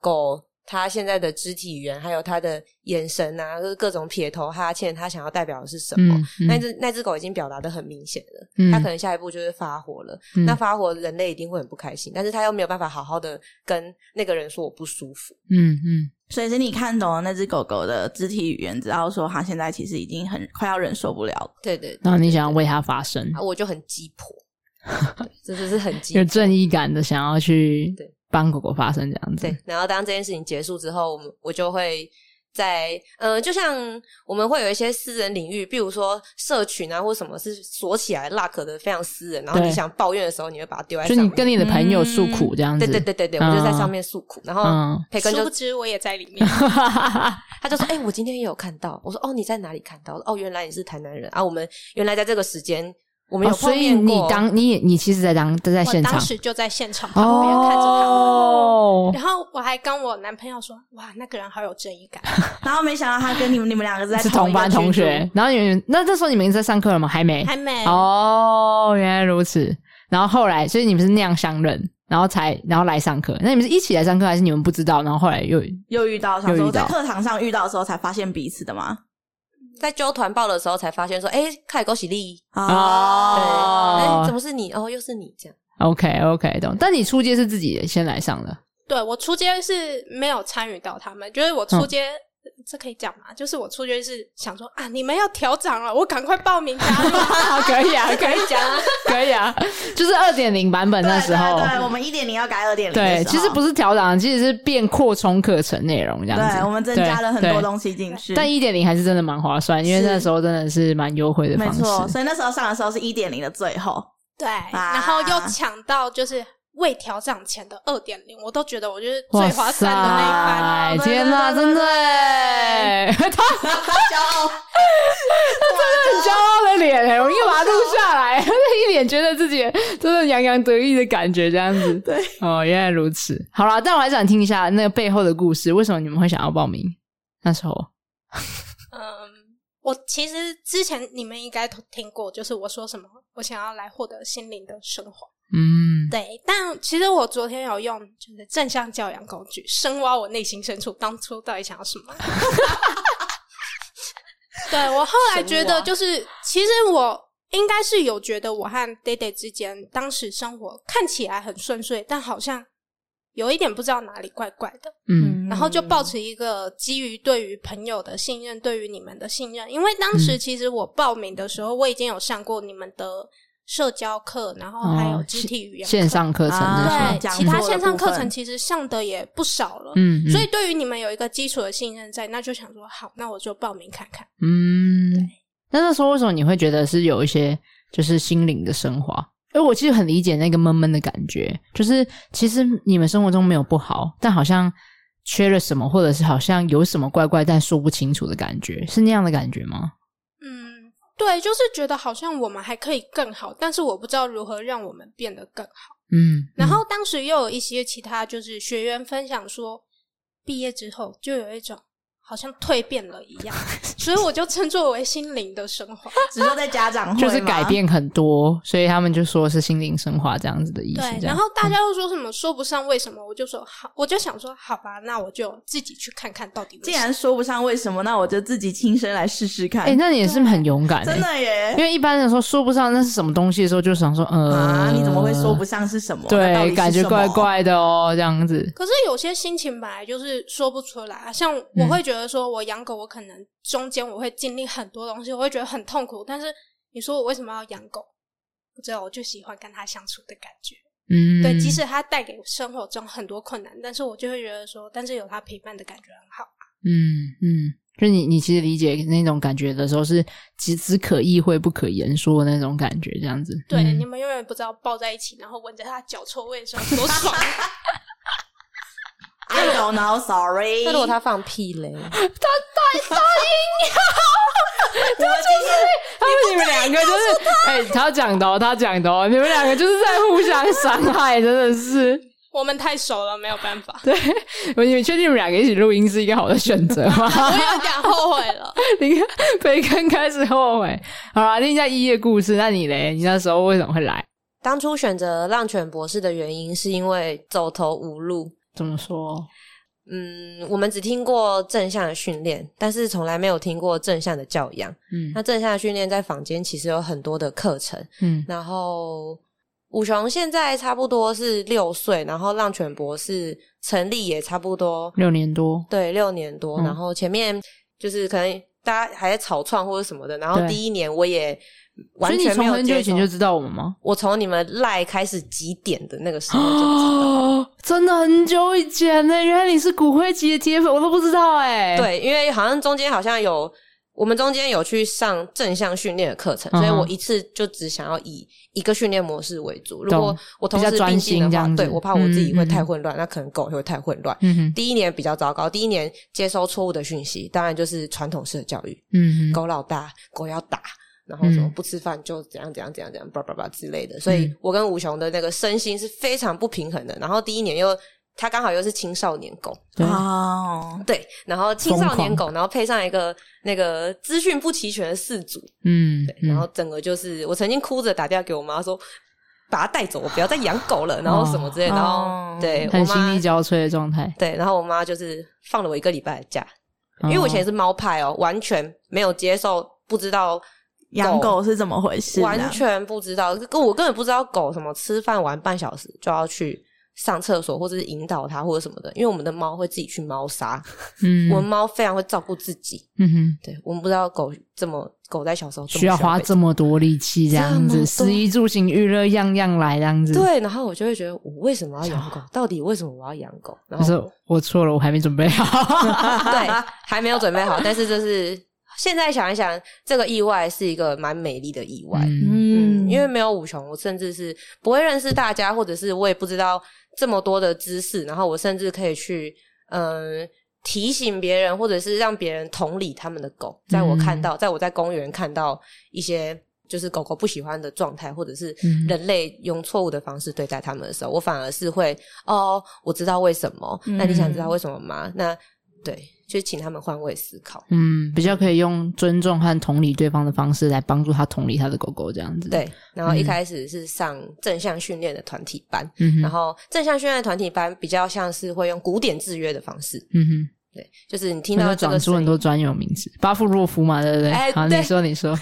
[SPEAKER 2] 狗它现在的肢体语言，还有它的眼神啊，就是各种撇头、哈欠，它想要代表的是什么。
[SPEAKER 1] 嗯嗯
[SPEAKER 2] 那只那只狗已经表达的很明显了，
[SPEAKER 1] 嗯
[SPEAKER 2] 它可能下一步就是发火了。
[SPEAKER 1] 嗯
[SPEAKER 2] 那发火，人类一定会很不开心，但是它又没有办法好好的跟那个人说我不舒服。
[SPEAKER 1] 嗯嗯
[SPEAKER 3] 所以是你看懂了那只狗狗的肢体语言，知道说它现在其实已经很快要忍受不了了。
[SPEAKER 2] 对对
[SPEAKER 1] 然后你想要为他发声
[SPEAKER 2] 啊，，我就很鸡
[SPEAKER 1] [LAUGHS]
[SPEAKER 2] 婆，对这就是很鸡
[SPEAKER 1] 有
[SPEAKER 2] 婆。
[SPEAKER 1] 正义感的想要去
[SPEAKER 2] 对
[SPEAKER 1] 帮狗狗发声这样子。
[SPEAKER 2] 对，然后当这件事情结束之后，我们我就会在呃，就像我们会有一些私人领域，比如说社群啊或什么是锁起来 lock 的非常私人，然后
[SPEAKER 1] 对
[SPEAKER 2] 你想抱怨的时候，你会把它丢在
[SPEAKER 1] 就
[SPEAKER 2] 上
[SPEAKER 1] 你
[SPEAKER 2] 面。
[SPEAKER 1] 跟你的朋友诉苦这样子。
[SPEAKER 2] 对对对对对，我就在上
[SPEAKER 1] 嗯
[SPEAKER 2] 面诉苦，然后
[SPEAKER 1] 嗯
[SPEAKER 2] 培根
[SPEAKER 4] 殊
[SPEAKER 2] 就
[SPEAKER 4] 不知我也在里
[SPEAKER 1] [LAUGHS]
[SPEAKER 4] 面。
[SPEAKER 2] 他就说：“哎、我今天也有看到。”我说：“哦，你在哪里看到的？哦，原来你是台南人啊！我们原来在这个时间，我们
[SPEAKER 1] [LAUGHS] 哦，
[SPEAKER 2] 有
[SPEAKER 1] 所
[SPEAKER 2] 碰
[SPEAKER 1] 以
[SPEAKER 2] 面
[SPEAKER 1] 你
[SPEAKER 2] 过。
[SPEAKER 1] 当你也你其实在当在在
[SPEAKER 4] 我
[SPEAKER 1] 现场
[SPEAKER 4] 当时就在现场旁边看着他们，
[SPEAKER 1] 哦，
[SPEAKER 4] 然后我还跟我男朋友说：“哇，那个人好有正义
[SPEAKER 1] [LAUGHS]
[SPEAKER 4] 感。
[SPEAKER 3] 然后没想到它跟你们你们两个是在
[SPEAKER 1] 是
[SPEAKER 3] 同
[SPEAKER 1] 同
[SPEAKER 3] 一个
[SPEAKER 1] 班
[SPEAKER 3] 群
[SPEAKER 1] 同
[SPEAKER 3] 组
[SPEAKER 1] 学，。然后你们那这时候你们在上课了吗？还没”，
[SPEAKER 4] 还没，
[SPEAKER 1] 哦，原来如此。然后后来，所以你们是那样相认，然后才然后来上课。那你们是一起来上课，还是你们不知道？然后后来又
[SPEAKER 3] 又遇到，想
[SPEAKER 1] 又
[SPEAKER 3] 说
[SPEAKER 1] 遇到
[SPEAKER 3] 在课堂上遇到的时候才发现彼此的吗？
[SPEAKER 2] 在揪团报的时候，才发现说：“哎、开始恭喜利，
[SPEAKER 3] 哦
[SPEAKER 2] 对，
[SPEAKER 1] 哦
[SPEAKER 2] 哎、怎么是你？哦，又是你这样。
[SPEAKER 1] OK OK 懂。但你出街是自己先来上的，
[SPEAKER 4] 对我出街是没有参与到他们，就是我
[SPEAKER 1] 嗯
[SPEAKER 4] 出街、这可以讲嘛？就是我出街是想说啊，你们要调涨了，我赶快报名加入。 [LAUGHS]
[SPEAKER 1] 啊，可以 [LAUGHS] 啊，可以
[SPEAKER 2] 讲啊，
[SPEAKER 1] 可以啊，就是二点零版本
[SPEAKER 3] 对
[SPEAKER 1] 那时候
[SPEAKER 3] 对，对我们一点零要改二点零。
[SPEAKER 1] 对，其实不
[SPEAKER 3] 是，
[SPEAKER 1] 是调档，其实是变扩充课程内容这样子。
[SPEAKER 3] 对我们增加了很多
[SPEAKER 1] 对
[SPEAKER 3] 东西进去。
[SPEAKER 1] 但一点零还是真的蛮划算，因为
[SPEAKER 3] 是
[SPEAKER 1] 那时候真的是蛮优惠的
[SPEAKER 3] 没
[SPEAKER 1] 方
[SPEAKER 3] 错，
[SPEAKER 1] 式。
[SPEAKER 3] 所以那时候上的时候是一点零的最后。
[SPEAKER 4] 对，然后又抢到就是未调涨前的二点零，我都觉得我就是最划算的那一班。哦
[SPEAKER 1] 哇塞
[SPEAKER 3] 对对
[SPEAKER 1] 天哪，
[SPEAKER 3] 对
[SPEAKER 1] 真
[SPEAKER 3] 对
[SPEAKER 1] 的耶，他
[SPEAKER 3] 啊骄傲，
[SPEAKER 1] 很骄傲的脸哎，我应该把它录下来， [LAUGHS] 一脸觉得自己真的洋洋得意的感觉，这样 [LAUGHS] 子。
[SPEAKER 3] 对，
[SPEAKER 1] 哦，原来如此。好啦，但我还想听一下那个背后的故事，为什么你们会想要报名？那时候，
[SPEAKER 4] 嗯，我其实之前你们应该都听过，就是我说什么，我想要来获得心灵的升华。
[SPEAKER 1] 嗯，
[SPEAKER 4] 对，但其实我昨天有用就是正向教养工具，深挖我内心深处当初到底想要什么。 [LAUGHS] 对我后来觉
[SPEAKER 2] 深
[SPEAKER 4] 得，
[SPEAKER 2] 挖
[SPEAKER 4] 就是其实我应该是有觉得我和 d a d y 之间当时生活看起来很顺遂，但好像有一点不知道哪里怪怪的。
[SPEAKER 1] 嗯，
[SPEAKER 4] 然后就抱持一个基于对于朋友的信任，对于你们的信任，因为当
[SPEAKER 1] 嗯
[SPEAKER 4] 时其实我报名的时候，我已经有上过你们的社交课，然后还有
[SPEAKER 1] 哦
[SPEAKER 4] 肢体语言课、
[SPEAKER 1] 线上课程
[SPEAKER 3] 啊
[SPEAKER 1] 那时
[SPEAKER 4] 对
[SPEAKER 1] 候，
[SPEAKER 3] 讲
[SPEAKER 4] 其他
[SPEAKER 3] 座的
[SPEAKER 4] 线上
[SPEAKER 3] 部
[SPEAKER 4] 课程
[SPEAKER 3] 分
[SPEAKER 4] 其实上的也不少了，
[SPEAKER 1] 嗯，嗯
[SPEAKER 4] 所以对于你们有一个基础的信任在，那就想说好，那我就报名看看。
[SPEAKER 1] 嗯，那那时候为什么你会觉得是有一些就是心灵的升华。而我其实很理解那个闷闷的感觉，就是其实你们生活中没有不好，但好像缺了什么，或者是好像有什么怪怪但说不清楚的感觉，是那样的感觉吗？
[SPEAKER 4] 嗯，对，就是觉得好像我们还可以更好，但是我不知道如何让我们变得更好。
[SPEAKER 1] 嗯，
[SPEAKER 4] 然后当时又有一些其他就是学员分享说，毕业之后就有一种好像蜕变了一
[SPEAKER 1] [LAUGHS]
[SPEAKER 4] 样，所以我就称作为心灵的升华。
[SPEAKER 3] 只说在家长
[SPEAKER 1] 嗯 [LAUGHS]
[SPEAKER 3] 会
[SPEAKER 1] 就是
[SPEAKER 3] 吗
[SPEAKER 1] 改，变很多，所以他们就说是心灵升华这样子的意思。
[SPEAKER 4] 对，
[SPEAKER 1] 这样嗯
[SPEAKER 4] 然后大家又说什么说不上为什么，我就说好，我就想说好吧，那我就自己去看看到底为
[SPEAKER 3] 既
[SPEAKER 4] 什么。
[SPEAKER 3] 然说不上为什么，那我就自己亲身来试试看。
[SPEAKER 1] 哎、那你也是很勇敢、欸，
[SPEAKER 3] 真的耶
[SPEAKER 1] 因！为一般人说说不上那是什么东西的时候，就想说，呃，
[SPEAKER 3] 啊，你怎么会说不上是什么？那到底
[SPEAKER 1] 对，
[SPEAKER 3] 是
[SPEAKER 1] 感觉
[SPEAKER 3] 什么
[SPEAKER 1] 怪。怪的哦，这样子。
[SPEAKER 4] 可是有些心情本来就是说不出来啊，像
[SPEAKER 1] 嗯
[SPEAKER 4] 我会觉得说，我养狗，我可能中间我会经历很多东西，我会觉得很痛苦。但是你说我为什么要养狗？不知道，我就喜欢跟它相处的感觉。
[SPEAKER 1] 嗯，
[SPEAKER 4] 对，即使它带给我生活中很多困难，但是我就会觉得说，但是有它陪伴的感觉很好。
[SPEAKER 1] 嗯嗯，就是你你其实理解那种感觉的时候是只只可意会不可言说的那种感觉，这样子。
[SPEAKER 4] 对，
[SPEAKER 1] 嗯
[SPEAKER 4] 你们永远不知道抱在一起，然后闻着它脚臭味的时候多爽。
[SPEAKER 1] [LAUGHS]
[SPEAKER 3] I don't know,
[SPEAKER 2] [LAUGHS]
[SPEAKER 3] sorry。
[SPEAKER 2] 那如果他放屁嘞？
[SPEAKER 3] 我们今天
[SPEAKER 1] 他们你们两个就是，哎、他讲的哦，他讲的哦，你们两个就是在互相伤害，真的是。
[SPEAKER 4] 我们太熟了，没有办法，
[SPEAKER 1] 对，你们确定你们两个一起录音是一个好的选择吗？ [LAUGHS]
[SPEAKER 4] 我 [LAUGHS] 有点后悔了。
[SPEAKER 1] 你看，培根开始后悔。好啦，另一下依依的故事，那你嘞？你那时候为什么会来？
[SPEAKER 2] 当初选择浪犬博士的原因是因为走投无路。
[SPEAKER 1] 怎么说？
[SPEAKER 2] 嗯，我们只听过正向的训练，但是从来没有听过正向的教养。
[SPEAKER 1] 嗯
[SPEAKER 2] 那正向的训练在坊间其实有很多的课程，
[SPEAKER 1] 嗯
[SPEAKER 2] 然后五雄现在差不多是六岁，然后浪犬博士成立也差不多
[SPEAKER 1] 六年多，
[SPEAKER 2] 对六年多，
[SPEAKER 1] 嗯
[SPEAKER 2] 然后前面就是可能大家还在草创或者什么的，然后
[SPEAKER 1] 对
[SPEAKER 2] 第一年我也完
[SPEAKER 1] 所以你
[SPEAKER 2] 全没
[SPEAKER 1] 从
[SPEAKER 2] 有
[SPEAKER 1] 很久
[SPEAKER 2] 接
[SPEAKER 1] 以前
[SPEAKER 2] 触
[SPEAKER 1] 就。知道我们吗？
[SPEAKER 2] 我从你们赖开始几点的那个时
[SPEAKER 1] [GASPS]
[SPEAKER 2] 候就知道，
[SPEAKER 1] 哦， [GASPS] 真的很久以前呢，原来你是骨灰级的铁粉，我都不知道哎。，
[SPEAKER 2] 对，因为好像中间好像有我们中间有去上正向训练的课程，所以
[SPEAKER 1] 嗯哼
[SPEAKER 2] 我一次就只想要以一个训练模式为主。如
[SPEAKER 1] 懂
[SPEAKER 2] 果我同
[SPEAKER 1] 比较
[SPEAKER 2] 时
[SPEAKER 1] 专
[SPEAKER 2] 并进
[SPEAKER 1] 心这
[SPEAKER 2] 的话，
[SPEAKER 1] 样子
[SPEAKER 2] 对我怕我自己会
[SPEAKER 1] 嗯嗯
[SPEAKER 2] 太
[SPEAKER 1] 嗯
[SPEAKER 2] 混乱，那可能狗也会太混乱。
[SPEAKER 1] 嗯哼，
[SPEAKER 2] 第一年比较糟糕，第一年接收错误的讯息，当然就是传统式的教育，
[SPEAKER 1] 嗯哼，
[SPEAKER 2] 狗老大，狗要打，然后什么
[SPEAKER 1] 嗯
[SPEAKER 2] 不吃饭就怎样怎样怎样怎样，叭叭叭之类的。所以我跟吴雄的那个身心是非常不平衡的。然后第一年又他刚好又是青少年狗，
[SPEAKER 1] 对，
[SPEAKER 3] 哦，
[SPEAKER 2] 对，然后青
[SPEAKER 1] 疯
[SPEAKER 2] 少年
[SPEAKER 1] 狂
[SPEAKER 2] 狗，然后配上一个那个资讯不齐全的四组，
[SPEAKER 1] 嗯
[SPEAKER 2] 对，，然后整个就是我曾经哭着打电话给我妈说。把它带走，我不要再养狗了，然后什么之类的，然
[SPEAKER 3] 哦
[SPEAKER 2] 后对
[SPEAKER 1] 嗯
[SPEAKER 2] 我
[SPEAKER 1] 很
[SPEAKER 2] 妈
[SPEAKER 1] 心力交瘁的状态，
[SPEAKER 2] 对，然后我妈就是放了我一个礼拜的假，因为我以前
[SPEAKER 1] 哦
[SPEAKER 2] 是猫派哦，完全没有接受，不知道
[SPEAKER 3] 养狗是怎么回事？
[SPEAKER 2] 完全不知道，跟我根本不知道狗什么吃饭玩半小时就要去上厕所，或者是引导它或者什么的，因为我们的猫会自己去猫砂，
[SPEAKER 1] 嗯
[SPEAKER 2] 我们猫非常会照顾自己，
[SPEAKER 1] 嗯哼。
[SPEAKER 2] 对我们不知道狗这么狗在小时候这么
[SPEAKER 1] 需要花
[SPEAKER 2] 被
[SPEAKER 1] 这么多力气，这样
[SPEAKER 2] 这么
[SPEAKER 1] 子，
[SPEAKER 2] 多
[SPEAKER 1] 食衣住行娱乐样样来，这样子。，
[SPEAKER 2] 对，然后我就会觉得我为什么要养狗？到底为什么我要养狗？然
[SPEAKER 1] 可
[SPEAKER 2] 后
[SPEAKER 1] 是我错了，我还没准备好。
[SPEAKER 2] 对，还没有准备好，但是就是现在想一想，这个意外是一个蛮美丽的意外。
[SPEAKER 1] 嗯
[SPEAKER 3] 嗯
[SPEAKER 2] [LAUGHS] 嗯，因为没有五雄，我甚至是不会认识大家，或者是我也不知道这么多的知识，然后我甚至可以去嗯、呃提醒别人，或者是让别人同理他们的狗。在我
[SPEAKER 1] 嗯
[SPEAKER 2] 看到，在我在公园看到一些就是狗狗不喜欢的状态，或者是
[SPEAKER 1] 嗯
[SPEAKER 2] 人类用错误的方式对待他们的时候，我反而是会哦，我知道为什么。那你想
[SPEAKER 1] 嗯
[SPEAKER 2] 知道为什么吗？那对，就请他们换位思考。
[SPEAKER 1] 嗯，比较可以用尊重和同理对方的方式来帮助他同理他的狗狗，这样子。，
[SPEAKER 2] 对，然后
[SPEAKER 1] 嗯
[SPEAKER 2] 一开始是上正向训练的团体班，
[SPEAKER 1] 嗯哼，
[SPEAKER 2] 然后正向训练团体班比较像是会用古典制约的方式，
[SPEAKER 1] 嗯哼，
[SPEAKER 2] 对，就是你听
[SPEAKER 1] 那
[SPEAKER 2] 到
[SPEAKER 1] 就
[SPEAKER 2] 这
[SPEAKER 1] 长
[SPEAKER 2] 个
[SPEAKER 1] 出
[SPEAKER 2] 声
[SPEAKER 1] 很
[SPEAKER 2] 音，
[SPEAKER 1] 多专有名词，巴甫洛夫嘛，对不对？
[SPEAKER 2] 哎
[SPEAKER 1] 好，
[SPEAKER 2] 对
[SPEAKER 1] 你说，你说，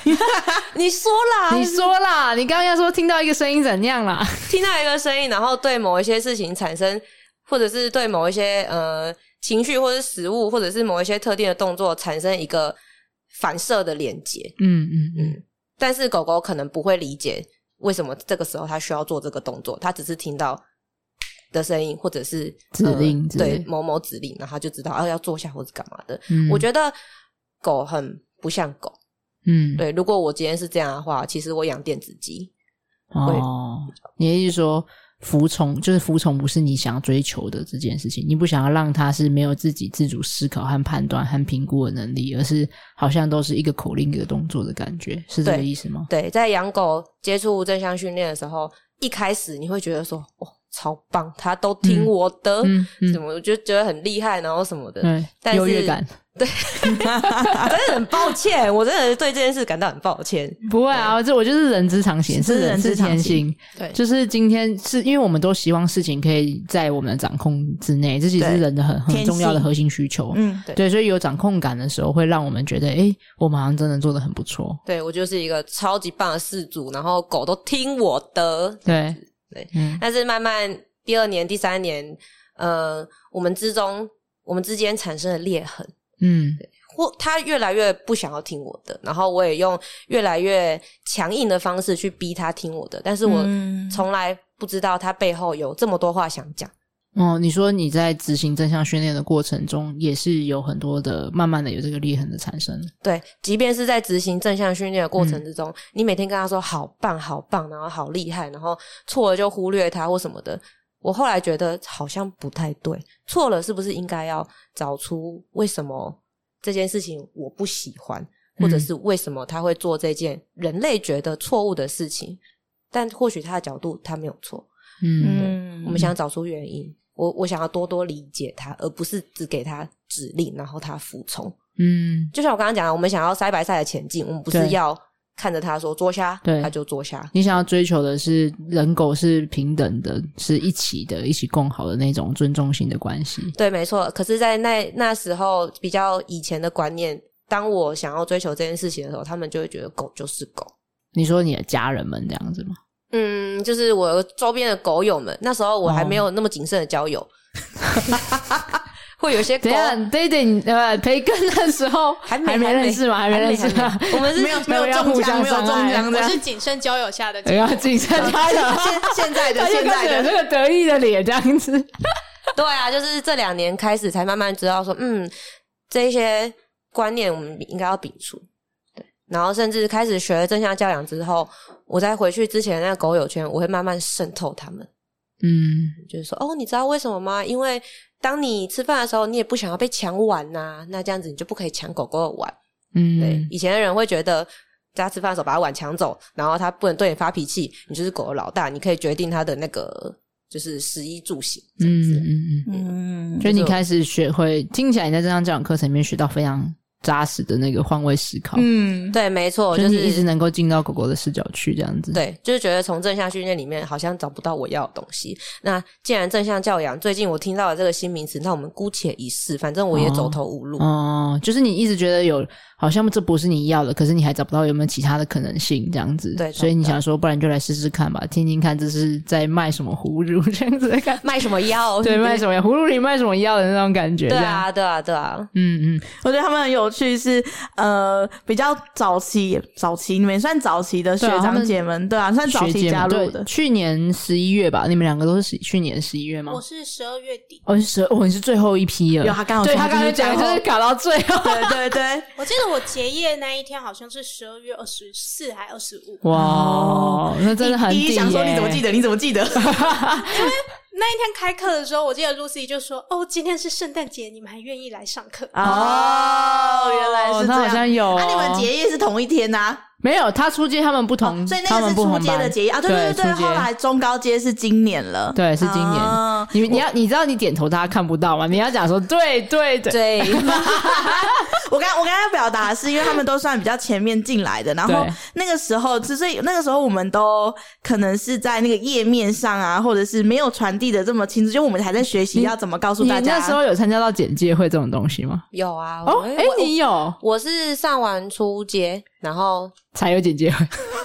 [SPEAKER 2] 你说
[SPEAKER 1] [LAUGHS]
[SPEAKER 2] 啦，
[SPEAKER 1] 你说啦，你刚刚要说听到一个声音怎样啦？
[SPEAKER 2] 听到一个声音，然后对某一些事情产生，或者是对某一些呃情绪，或者是食物，或者是某一些特定的动作产生一个反射的连接，
[SPEAKER 1] 嗯嗯嗯，
[SPEAKER 2] 嗯，但是狗狗可能不会理解为什么这个时候它需要做这个动作，它只是听到。的声音，或者是
[SPEAKER 1] 指
[SPEAKER 2] 呃
[SPEAKER 1] 令之类
[SPEAKER 2] 对某某指啊令，然后它就知道哦、要坐下或者干嘛的。
[SPEAKER 1] 嗯
[SPEAKER 2] 我觉得狗很不像狗，
[SPEAKER 1] 嗯，
[SPEAKER 2] 对，如果我今天是这样的话，其实我养电子鸡，
[SPEAKER 1] 哦，你的意思是说服从就是服从不是你想要追求的这件事情，你不想要让它是没有自己自主思考和判断和评估的能力，而是好像都是一个口令一个动作的感觉，是这个
[SPEAKER 2] 对
[SPEAKER 1] 意思吗？
[SPEAKER 2] 对，在养狗接触正向训练的时候，一开始你会觉得说，哇、超棒，它都听我的，
[SPEAKER 1] 嗯
[SPEAKER 2] 什
[SPEAKER 1] 嗯，
[SPEAKER 2] 么，我就觉得很厉害，然后什么的。
[SPEAKER 1] 对，
[SPEAKER 2] 但是
[SPEAKER 1] 优越感。
[SPEAKER 2] [LAUGHS] 真的很抱歉，我真的对这件事感到很抱歉。
[SPEAKER 1] 不会啊，这我就是人之常情，
[SPEAKER 3] 是
[SPEAKER 1] 是人
[SPEAKER 3] 人
[SPEAKER 1] 之
[SPEAKER 3] 之常
[SPEAKER 1] 天
[SPEAKER 3] 情
[SPEAKER 1] 性。
[SPEAKER 2] 对
[SPEAKER 1] 就是今天是因为我们都希望事情可以在我们的掌控之内，这其实是
[SPEAKER 3] 对
[SPEAKER 1] 人的很很
[SPEAKER 3] 天
[SPEAKER 1] 重要的
[SPEAKER 3] 性
[SPEAKER 1] 核心需求。
[SPEAKER 3] 嗯，
[SPEAKER 2] 对
[SPEAKER 1] 对，所以有掌控感的时候，会让我们觉得，哎、我们好像真的做的很不错。
[SPEAKER 2] 对我就是一个超级棒的事主，然后狗都听我的。
[SPEAKER 1] 对，
[SPEAKER 2] 对
[SPEAKER 1] 嗯，
[SPEAKER 2] 但是慢慢第二年、第三年，呃，我们之中我们之间产生了裂痕，
[SPEAKER 1] 嗯
[SPEAKER 2] 或他越来越不想要听我的，然后我也用越来越强硬的方式去逼他听我的，但是我
[SPEAKER 3] 嗯
[SPEAKER 2] 从来不知道他背后有这么多话想讲。
[SPEAKER 1] 哦，你说你在执行正向训练的过程中，也是有很多的慢慢的有这个裂痕的产生。
[SPEAKER 2] 对，即便是在执行正向训练的过程之中，你每天跟他说好棒、好棒，然后好厉害，然后错了就忽略他或什么的。我后来觉得好像不太对，错了是不是应该要找出为什么这件事情我不喜欢，或者
[SPEAKER 1] 嗯
[SPEAKER 2] 是为什么他会做这件人类觉得错误的事情？但或许他的角度他没有错，
[SPEAKER 1] 嗯
[SPEAKER 3] 嗯
[SPEAKER 2] 我们想找出原因。我我想要多多理解他，而不是只给他指令，然后他服从。
[SPEAKER 1] 嗯，
[SPEAKER 2] 就像我刚刚讲的，我们想要塞白菜的前进，我们不是
[SPEAKER 1] 对
[SPEAKER 2] 要看着他说捉虾，
[SPEAKER 1] 对
[SPEAKER 2] 他就捉虾。
[SPEAKER 1] 你想要追求的是人狗是平等的，是一起的，一起共好的那种尊重性的关系。
[SPEAKER 2] 对，没错。可是，在那那时候比较以前的观念，当我想要追求这件事情的时候，他们就会觉得狗就是狗。
[SPEAKER 1] 你说你的家人们这样子吗？
[SPEAKER 2] 嗯，就是我周边的狗友们，那时候我还没有那么谨慎的
[SPEAKER 1] [LAUGHS]
[SPEAKER 2] 交友，会有一些狗
[SPEAKER 1] 怎样对对，你呃，培根的时候
[SPEAKER 2] 还没
[SPEAKER 1] 没
[SPEAKER 2] 还没
[SPEAKER 1] 认识吗？还没认识吗？
[SPEAKER 2] 我们是
[SPEAKER 3] 没有没
[SPEAKER 1] [LAUGHS]
[SPEAKER 3] 有
[SPEAKER 1] 没有要
[SPEAKER 3] 中
[SPEAKER 1] 互
[SPEAKER 3] 奖，
[SPEAKER 1] 相
[SPEAKER 3] 没有中
[SPEAKER 1] 伤害
[SPEAKER 3] 奖，
[SPEAKER 4] 我
[SPEAKER 3] 的。
[SPEAKER 4] 是谨慎交友下的，
[SPEAKER 1] [LAUGHS] 我要谨慎他的，
[SPEAKER 3] 现现在的
[SPEAKER 1] 他就
[SPEAKER 3] 现
[SPEAKER 1] 开始有
[SPEAKER 3] 在
[SPEAKER 1] 这
[SPEAKER 3] 的，
[SPEAKER 1] 个得意的脸这样子。
[SPEAKER 2] [LAUGHS] 对啊，就是这两年开始才慢慢知道说，嗯，这一些观念我们应该要摒除。对，然后甚至开始学了正向教养之后，我再回去之前的那个狗友圈，我会慢慢渗透他们，
[SPEAKER 1] 嗯，
[SPEAKER 2] 就是说，哦，你知道为什么吗？因为当你吃饭的时候，你也不想要被抢碗呐、那这样子你就不可以抢狗狗的碗。
[SPEAKER 1] [LAUGHS]
[SPEAKER 2] 对，
[SPEAKER 1] 嗯，
[SPEAKER 2] 以前的人会觉得。在他吃饭的时候把他碗抢走，然后他不能对你发脾气，你就是狗的老大，你可以决定他的那个就是食衣住行这样
[SPEAKER 1] 嗯
[SPEAKER 2] 子。
[SPEAKER 1] 嗯嗯，
[SPEAKER 3] 嗯，
[SPEAKER 1] 所以你开始学会，听起来你在这堂教养课程里面学到非常扎实的那个换位思考，
[SPEAKER 3] 嗯，
[SPEAKER 2] 对，没错，
[SPEAKER 1] 所以
[SPEAKER 2] 就是
[SPEAKER 1] 你一直能够进到狗狗的视角去这样子。，
[SPEAKER 2] 对，就是觉得从正向训练里面好像找不到我要的东西。那既然正向教养，最近我听到了这个新名词，那我们姑且一试，反正我也走投无路。
[SPEAKER 1] 哦，就是你一直觉得有好像这不是你要的，可是你还找不到有没有其他的可能性这样子。
[SPEAKER 2] 对
[SPEAKER 1] 所以你
[SPEAKER 2] 找不到
[SPEAKER 1] 想说，不然就来试试看吧，听听看这是在卖什么葫芦 [LAUGHS] 这样子的哦感觉。
[SPEAKER 2] 卖什么
[SPEAKER 1] [LAUGHS]
[SPEAKER 2] 药？
[SPEAKER 1] 对，
[SPEAKER 2] [LAUGHS]
[SPEAKER 1] 卖什么呀？葫芦里卖什么药的那种感觉。
[SPEAKER 2] 对
[SPEAKER 1] 这样，
[SPEAKER 2] 啊，对啊，对啊，
[SPEAKER 1] 嗯嗯
[SPEAKER 3] 我觉得他们很有趣是，呃比较早期早期你们也算早期的学
[SPEAKER 1] 对啊他
[SPEAKER 3] 长
[SPEAKER 1] 们
[SPEAKER 3] 姐们对啊，算早
[SPEAKER 1] 学
[SPEAKER 3] 期
[SPEAKER 1] 姐
[SPEAKER 3] 加
[SPEAKER 1] 们
[SPEAKER 3] 入
[SPEAKER 1] 对
[SPEAKER 3] 的，
[SPEAKER 1] 去年十一月吧，你们两个都是十去年十一月吗
[SPEAKER 4] 我？是十二月底，
[SPEAKER 1] 哦，是十，哦，你是最后一批了。
[SPEAKER 3] 有他刚好
[SPEAKER 1] 对他
[SPEAKER 3] 冲
[SPEAKER 1] 刚才
[SPEAKER 3] 进最
[SPEAKER 1] 讲，就
[SPEAKER 3] 后
[SPEAKER 1] 是搞到最
[SPEAKER 3] [LAUGHS]
[SPEAKER 1] 后。[LAUGHS]
[SPEAKER 3] 对对对，
[SPEAKER 4] 我记得我结业那一天好像是十二月二十四还二十五，
[SPEAKER 1] 哇，哦那真的很
[SPEAKER 3] 一
[SPEAKER 1] 顶
[SPEAKER 3] 一想说你怎么记
[SPEAKER 1] 得？
[SPEAKER 3] 得？你怎么
[SPEAKER 1] [LAUGHS]
[SPEAKER 3] 记得？
[SPEAKER 4] 那一天开课的时候，我记得 Lucy 就说：“哦，今天是圣诞节，你们还愿意来上课？”
[SPEAKER 3] 哦，原来是这
[SPEAKER 1] 那好
[SPEAKER 3] 样。啊
[SPEAKER 1] 像有哦。
[SPEAKER 3] 那你们结业是同一天呐？
[SPEAKER 1] 没有，他出街他们不同，
[SPEAKER 3] 哦所以
[SPEAKER 1] 他
[SPEAKER 3] 那
[SPEAKER 1] 嗯
[SPEAKER 3] 个
[SPEAKER 1] 们
[SPEAKER 3] 是
[SPEAKER 1] 不
[SPEAKER 3] 初
[SPEAKER 1] 同
[SPEAKER 3] 阶
[SPEAKER 1] 班
[SPEAKER 3] 的结业啊，对对
[SPEAKER 1] 对
[SPEAKER 3] 对，
[SPEAKER 1] 初阶
[SPEAKER 3] 后来中高阶是今年了，
[SPEAKER 1] 对是今年
[SPEAKER 3] 哦
[SPEAKER 1] 你你要你知道你点头他看不到吗？你要讲说对对对，
[SPEAKER 2] 对，
[SPEAKER 1] [LAUGHS]
[SPEAKER 2] [LAUGHS]
[SPEAKER 3] 我刚我刚刚要表达的是，因为他们都算比较前面进来的，然后
[SPEAKER 1] 对
[SPEAKER 3] 那个时候，之所以那个时候我们都可能是在那个页面上啊，或者是没有传递的这么清楚，就我们还在学习
[SPEAKER 1] 你
[SPEAKER 3] 要怎么告诉
[SPEAKER 1] 你
[SPEAKER 3] 大家。
[SPEAKER 1] 那时候有参加到简介会这种东西吗？
[SPEAKER 2] 有啊。
[SPEAKER 1] 哦，
[SPEAKER 2] 我
[SPEAKER 1] 哎、
[SPEAKER 2] 我
[SPEAKER 1] 你有
[SPEAKER 2] 我是上完初阶，然后
[SPEAKER 1] 才有简介
[SPEAKER 3] [LAUGHS]
[SPEAKER 1] 会，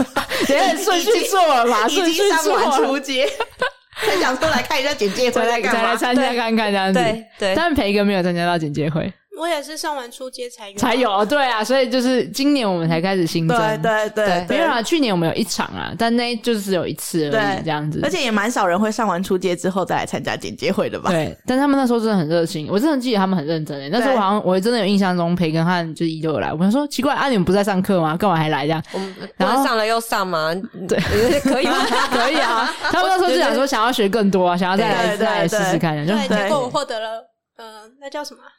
[SPEAKER 1] 等一下顺序错了吧？顺
[SPEAKER 3] 已
[SPEAKER 1] 序
[SPEAKER 3] 经上
[SPEAKER 1] 错
[SPEAKER 3] 完
[SPEAKER 1] 了
[SPEAKER 3] 初，阶， [LAUGHS] 再想说来看一下简介
[SPEAKER 1] 再
[SPEAKER 3] 会
[SPEAKER 1] 来
[SPEAKER 3] 在
[SPEAKER 1] 再来
[SPEAKER 3] 干嘛。
[SPEAKER 1] 参加看看这样子。
[SPEAKER 2] 对对
[SPEAKER 3] 啊
[SPEAKER 1] 但培哥没有参加到简介会，
[SPEAKER 4] 我也是上完出街才有
[SPEAKER 1] 才有，对啊，所以就是今年我们才开始新增，
[SPEAKER 3] 对对对
[SPEAKER 1] 没有啊，去年我们有一场啊，但那就是只有一次而已，
[SPEAKER 3] 对
[SPEAKER 1] 这样子，
[SPEAKER 3] 而且也蛮少人会上完出街之后再来参加简介会的吧？
[SPEAKER 1] 对，但他们那时候真的很热心，我真的记得他们很认真诶、欸那时候我好像我真的有印象中，培根和就是一都有来，我想说奇怪啊，你们不在上课吗？干嘛还来这
[SPEAKER 3] [LAUGHS]
[SPEAKER 1] 样？
[SPEAKER 2] [LAUGHS] 我们
[SPEAKER 1] 然后
[SPEAKER 2] 不能上了又上嘛，对，可以吗？ [LAUGHS]
[SPEAKER 1] 可以啊，他们那时候就想说想要学更多啊，想要再来
[SPEAKER 3] 对对
[SPEAKER 1] 再来试
[SPEAKER 3] 对
[SPEAKER 1] 试看，就
[SPEAKER 4] 对，
[SPEAKER 3] 对
[SPEAKER 4] 结果我获得了，呃，那叫什么啊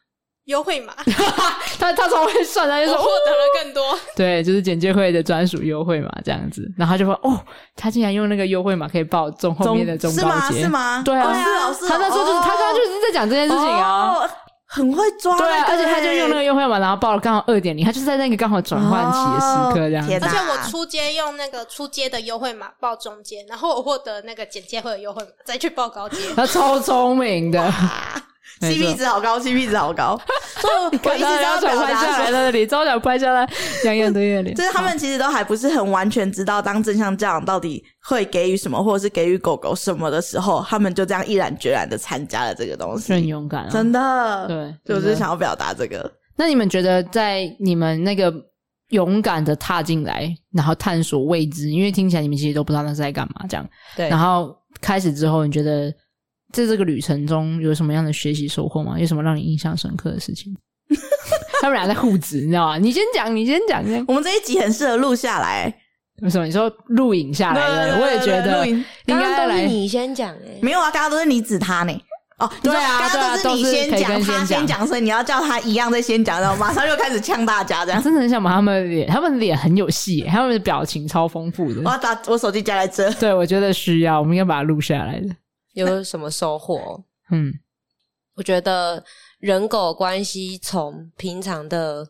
[SPEAKER 4] 优惠码，
[SPEAKER 1] 他他超会算，他就
[SPEAKER 4] [LAUGHS] 我
[SPEAKER 1] 说
[SPEAKER 3] [LAUGHS]
[SPEAKER 4] 获
[SPEAKER 1] 哦
[SPEAKER 4] 得了更多。
[SPEAKER 1] 对，就是简介会的专属优惠嘛，这样子，然后他就说哦，他竟然用那个优惠码可以报中后面的中
[SPEAKER 3] 是
[SPEAKER 1] 报
[SPEAKER 3] 吗？
[SPEAKER 1] 节
[SPEAKER 3] 是，吗？
[SPEAKER 1] 对啊
[SPEAKER 3] 哦是哦是哦。
[SPEAKER 1] 他那时候就是他刚刚
[SPEAKER 3] 哦
[SPEAKER 1] 就是在讲这件事情啊。
[SPEAKER 3] 哦，很会抓那
[SPEAKER 1] 对
[SPEAKER 3] 个欸。
[SPEAKER 1] 啊，而且他就用那个优惠码，然后报了刚好二点零，他就是在那个刚好转换期的时刻这样
[SPEAKER 3] 哦
[SPEAKER 1] 子。
[SPEAKER 3] 天
[SPEAKER 4] [LAUGHS] 而
[SPEAKER 3] 哪
[SPEAKER 4] 且我出街用那个出街的优惠码报中间，然后我获得那个简介会的优惠码，再去报高阶。
[SPEAKER 1] 他超聪明的，没错
[SPEAKER 3] CP 值好高，CP 值好
[SPEAKER 1] [LAUGHS]
[SPEAKER 3] 高。所以我我一直
[SPEAKER 1] 到
[SPEAKER 3] 要
[SPEAKER 1] 脚
[SPEAKER 3] 表
[SPEAKER 1] 拍
[SPEAKER 3] 达
[SPEAKER 1] 下来
[SPEAKER 3] 说，
[SPEAKER 1] 的脸，招脚拍下来，洋洋的月脸，
[SPEAKER 3] 就是他们其实都还不是很完全知道当正向教养到底会给予什么，或者是给予狗狗什么的时候，他们就这样毅然决然的参加了这个东
[SPEAKER 1] 是很
[SPEAKER 3] 西。
[SPEAKER 1] 勇敢啊，
[SPEAKER 3] 真的，
[SPEAKER 1] 对
[SPEAKER 3] 所以我
[SPEAKER 1] 真
[SPEAKER 3] 就
[SPEAKER 1] 的
[SPEAKER 3] 是想要表达这个。
[SPEAKER 1] 那你们觉得在你们那个勇敢的踏进来，然后探索未知，因为听起来你们其实都不知道那是在干嘛，这样。
[SPEAKER 2] 对
[SPEAKER 1] 然后开始之后，你觉得在这个旅程中有什么样的学习收获吗？有什么让你印象深刻的事情？他们俩在互指，你知道吗？你先讲，你先讲，这样
[SPEAKER 3] 我们这一集很适合录下来，
[SPEAKER 1] 为什么？你说录影下来
[SPEAKER 3] 对
[SPEAKER 1] 的，
[SPEAKER 3] 对
[SPEAKER 1] 我也觉
[SPEAKER 3] 对
[SPEAKER 1] 得
[SPEAKER 3] 录影
[SPEAKER 1] 应该
[SPEAKER 2] 都
[SPEAKER 1] 来
[SPEAKER 2] 是你先讲哎，
[SPEAKER 3] 没有啊，刚刚都是你指他呢。哦，你说
[SPEAKER 1] 对啊
[SPEAKER 3] 刚刚
[SPEAKER 1] 对啊
[SPEAKER 3] 都是
[SPEAKER 1] 都
[SPEAKER 3] 你
[SPEAKER 1] 是
[SPEAKER 3] 先
[SPEAKER 1] 培
[SPEAKER 3] 讲，
[SPEAKER 1] 根
[SPEAKER 3] 他
[SPEAKER 1] 先讲
[SPEAKER 3] 先讲，所以你要叫他一样再先讲，然后马上就开始呛大家
[SPEAKER 1] [LAUGHS]
[SPEAKER 3] 这样。
[SPEAKER 1] 真的很想把他们的脸，他们的脸很有戏耶，他们的表情超丰富
[SPEAKER 3] 我
[SPEAKER 1] 的。
[SPEAKER 3] 要把我手机夹在这。
[SPEAKER 1] 对，我觉得需要，我们应该把它录下来的。
[SPEAKER 2] 有什么收获？
[SPEAKER 1] 嗯，
[SPEAKER 2] 我觉得人狗关系从平常的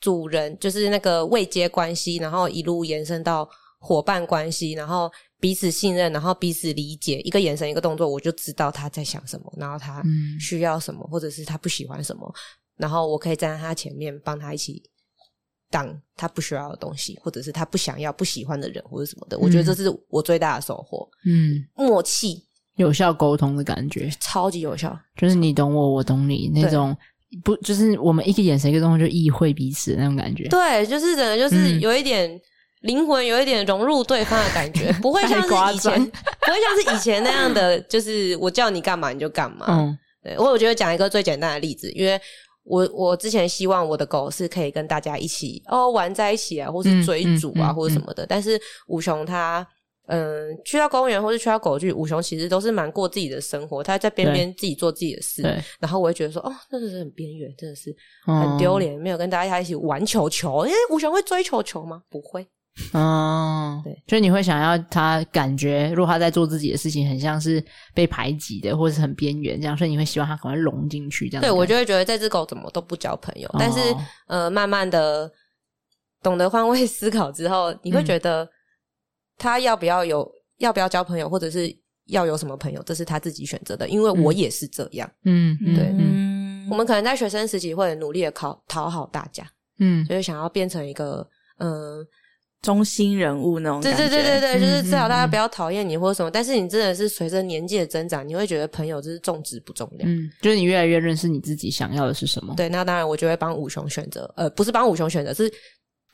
[SPEAKER 2] 主人，就是那个未接关系，然后一路延伸到伙伴关系，然后彼此信任，然后彼此理解，一个眼神一个动作，我就知道他在想什么，然后他
[SPEAKER 1] 嗯
[SPEAKER 2] 需要什么，或者是他不喜欢什么，然后我可以站在他前面帮他一起。挡他不需要的东西，或者是他不想要、不喜欢的人，或者什么的，我觉得这是我最大的收获。
[SPEAKER 1] 嗯，
[SPEAKER 2] 默契
[SPEAKER 1] 有效沟通的感觉，
[SPEAKER 2] 超级有效，
[SPEAKER 1] 就是你懂我，我懂你那
[SPEAKER 2] 对
[SPEAKER 1] 种，不就是我们一个眼神一个动作就意会彼此的那种感觉。
[SPEAKER 2] 对，就是真的，就是
[SPEAKER 1] 嗯
[SPEAKER 2] 有一点灵魂，有一点融入对方的感觉，不会像
[SPEAKER 1] 太夸
[SPEAKER 2] 是以
[SPEAKER 1] 张
[SPEAKER 2] 前， [LAUGHS] 不会像是以前那样的，就是我叫你干嘛你就干嘛。
[SPEAKER 1] 嗯
[SPEAKER 2] 对我我觉得讲一个最简单的例子，因为我我之前希望我的狗是可以跟大家一起哦玩在一起啊，或
[SPEAKER 1] 嗯
[SPEAKER 2] 是追逐
[SPEAKER 1] 嗯
[SPEAKER 2] 啊，
[SPEAKER 1] 嗯
[SPEAKER 2] 或者什么的。但是五熊它嗯去到公园或是去到狗剧，五熊其实都是蛮过自己的生活，它在边边自己做自己的事。
[SPEAKER 1] 对，
[SPEAKER 2] 然后我会觉得说哦，真的是很边缘，真的是
[SPEAKER 1] 嗯
[SPEAKER 2] 很丢。脸，没有跟大家一起玩球球。因为吴雄会追球球吗？不会，
[SPEAKER 1] 嗯，
[SPEAKER 2] 对，
[SPEAKER 1] 所以你会想要他感觉，如果他在做自己的事情，很像是被排挤的，或者是很边缘这样，所以你会希望他赶快融进去这样的
[SPEAKER 2] 对
[SPEAKER 1] 感觉。
[SPEAKER 2] 我就会觉得这只狗怎么都不交朋友。但是
[SPEAKER 1] 哦
[SPEAKER 2] 呃，慢慢的懂得换位思考之后，
[SPEAKER 1] 嗯
[SPEAKER 2] 你会觉得他要不要有要不要交朋友，或者是要有什么朋友，这是他自己选择的。因为我也是这样，
[SPEAKER 1] 嗯，嗯
[SPEAKER 2] 对
[SPEAKER 1] 嗯
[SPEAKER 3] 嗯
[SPEAKER 2] 我们可能在学生时期会很努力的考讨好大家，
[SPEAKER 1] 嗯，
[SPEAKER 2] 就是想要变成一个嗯。
[SPEAKER 3] 中心人物那种
[SPEAKER 2] 对对
[SPEAKER 3] 感觉。
[SPEAKER 2] 对对对，就是至少大家
[SPEAKER 1] 嗯嗯嗯
[SPEAKER 2] 不要讨厌你或者什么，但是你真的是随着年纪的增长，你会觉得朋友就是重质不重量。
[SPEAKER 1] 嗯，就是你越来越认识你自己想要的是什么，
[SPEAKER 2] 对，那当然我就会帮五雄选择，呃，不是帮五雄选择，是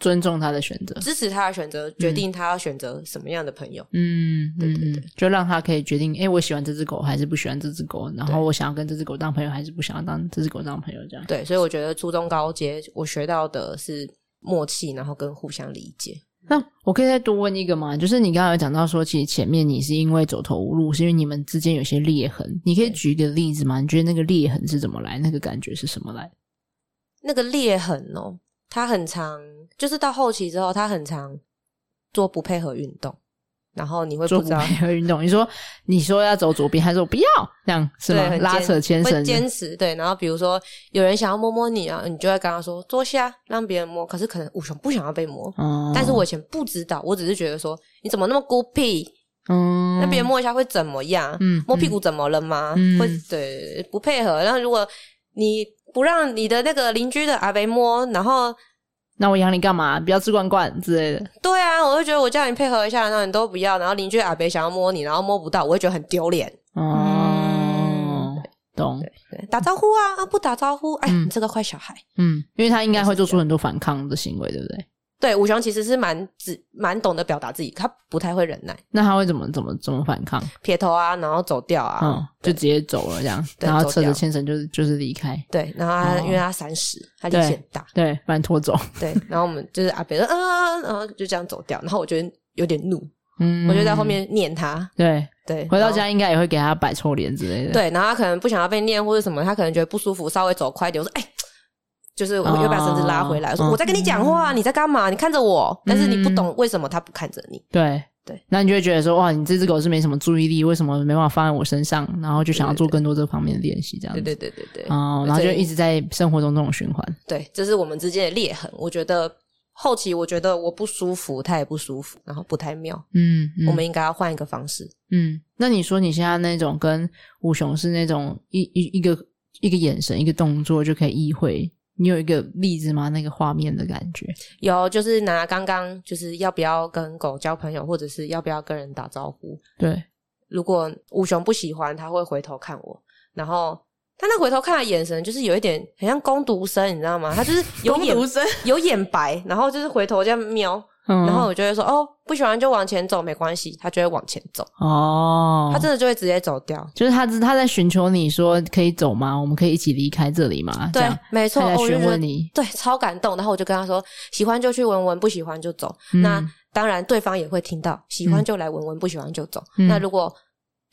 [SPEAKER 1] 尊重他的选择。
[SPEAKER 2] 支持他的选择，决定他要选择什么样的朋友。
[SPEAKER 1] 嗯，
[SPEAKER 2] 对对
[SPEAKER 1] 嗯嗯就让他可以决定，哎、我喜欢这只狗还是不喜欢这只狗，然后
[SPEAKER 2] 对
[SPEAKER 1] 我想要跟这只狗当朋友还是不想要当这只狗当朋友，这样。
[SPEAKER 2] 对，所以我觉得初中高阶我学到的是默契，然后跟互相理解。
[SPEAKER 1] 那我可以再多问一个吗？就是你刚刚有讲到说，其实前面你是因为走投无路，是因为你们之间有些裂痕，你可以举一个例子吗？你觉得那个裂痕是怎么来？那个感觉是什么来？
[SPEAKER 2] 那个裂痕哦，他很常就是到后期之后，他很常做不配合运动，然后你会
[SPEAKER 1] 做
[SPEAKER 2] 不
[SPEAKER 1] 不
[SPEAKER 2] 知道
[SPEAKER 1] 配合运动，你说你说要走左边，他说不要，这样是
[SPEAKER 2] 对
[SPEAKER 1] 吗？
[SPEAKER 2] 很
[SPEAKER 1] 拉
[SPEAKER 2] 坚
[SPEAKER 1] 扯牵
[SPEAKER 2] 会
[SPEAKER 1] 绳，
[SPEAKER 2] 坚持对。然后比如说有人想要摸摸你啊，你就会跟他说坐下，让别人摸。可是可能五雄不想要被摸，
[SPEAKER 1] 哦
[SPEAKER 2] 但是我以前不知道，我只是觉得说你怎么那么孤僻，
[SPEAKER 1] 嗯，
[SPEAKER 2] 那别人摸一下会怎么样？
[SPEAKER 1] 嗯
[SPEAKER 2] 摸屁股怎么了吗？
[SPEAKER 1] 嗯
[SPEAKER 2] 会对不配合。然后如果你不让你的那个邻居的阿伯摸，然后
[SPEAKER 1] 那我养你干嘛？不要吃罐罐之类的，
[SPEAKER 2] 对啊，我就觉得我叫你配合一下，然后你都不要，然后邻居的阿伯想要摸你，然后摸不到，我会觉得很丢脸。
[SPEAKER 1] 哦。懂，
[SPEAKER 2] 对打招呼啊啊，不打招呼，哎，
[SPEAKER 1] 嗯
[SPEAKER 2] 你这个坏小孩。
[SPEAKER 1] 嗯，因为他应该会做出很多反抗的行为，对不对？
[SPEAKER 2] 对，武雄其实是蛮自蛮懂得表达自己，他不太会忍耐，
[SPEAKER 1] 那他会怎么怎么怎么反抗？
[SPEAKER 2] 撇头啊，然后走掉啊。
[SPEAKER 1] 嗯，就直接走了这样，
[SPEAKER 2] 对
[SPEAKER 1] 然后
[SPEAKER 2] 走
[SPEAKER 1] 扯着
[SPEAKER 2] 掉
[SPEAKER 1] 牵绳就是就是离开，
[SPEAKER 2] 对，然后他、
[SPEAKER 1] 哦
[SPEAKER 2] 因为他三十，他力
[SPEAKER 1] 对
[SPEAKER 2] 气很大，
[SPEAKER 1] 对，把你拖走。
[SPEAKER 2] 对。然后我们就是阿北说啊，然后就这样走掉，然后我觉得有点怒，
[SPEAKER 1] 嗯，
[SPEAKER 2] 我就在后面念他。
[SPEAKER 1] 对，
[SPEAKER 2] 对，
[SPEAKER 1] 回到
[SPEAKER 2] 然后
[SPEAKER 1] 家应该也会给他摆臭脸之类的。
[SPEAKER 2] 对，然后他可能不想要被念或者什么，他可能觉得不舒服，稍微走快一点。我说，哎、就是我又把绳子拉回来，我说
[SPEAKER 1] 哦
[SPEAKER 2] 我在跟你讲话，你在干嘛？你看着我，但是你不
[SPEAKER 1] 嗯
[SPEAKER 2] 懂为什么他不看着你。
[SPEAKER 1] 对
[SPEAKER 2] 对，
[SPEAKER 1] 那你就会觉得说，哇，你这只狗是没什么注意力，为什么没办法放在我身上？然后就想要做更多这方面的练习，这样
[SPEAKER 2] 对
[SPEAKER 1] 子。
[SPEAKER 2] 对对对对，
[SPEAKER 1] 哦，然后就
[SPEAKER 2] 所以
[SPEAKER 1] 一直在生活中这种循环。
[SPEAKER 2] 对，这是我们之间的裂痕。我觉得后期我觉得我不舒服，他也不舒服，然后不太妙。
[SPEAKER 1] 嗯，嗯
[SPEAKER 2] 我们应该要换一个方式。
[SPEAKER 1] 嗯，那你说你现在那种跟吴雄是那种一一一个一个眼神一个动作就可以意会，你有一个例子吗？那个画面的感觉？
[SPEAKER 2] 有，就是拿刚刚就是要不要跟狗交朋友，或者是要不要跟人打招呼。
[SPEAKER 1] 对，
[SPEAKER 2] 如果五雄不喜欢，他会回头看我，然后他那回头看的眼神就是有一点很像攻读生，你知道吗？他就是有
[SPEAKER 3] 攻
[SPEAKER 2] 眼
[SPEAKER 3] 读生，
[SPEAKER 2] 有眼白，然后就是回头这样瞄，
[SPEAKER 1] 嗯
[SPEAKER 2] 然后我就会说哦，不喜欢就往前走，没关系，他就会往前走，
[SPEAKER 1] 哦，
[SPEAKER 2] 他真的就会直接走掉。
[SPEAKER 1] 就是他只他在寻求你说可以走吗？我们可以一起离开这里吗？这
[SPEAKER 2] 对
[SPEAKER 1] 样，
[SPEAKER 2] 没错，哦
[SPEAKER 1] 他在
[SPEAKER 2] 我就
[SPEAKER 1] 询
[SPEAKER 2] 觉得
[SPEAKER 1] 问你
[SPEAKER 2] 对，超感动。然后我就跟他说，喜欢就去闻闻，不喜欢就走。
[SPEAKER 1] 嗯
[SPEAKER 2] 那当然，对方也会听到，喜欢
[SPEAKER 1] 嗯
[SPEAKER 2] 就来闻闻，不喜欢就走。
[SPEAKER 1] 嗯
[SPEAKER 2] 那如果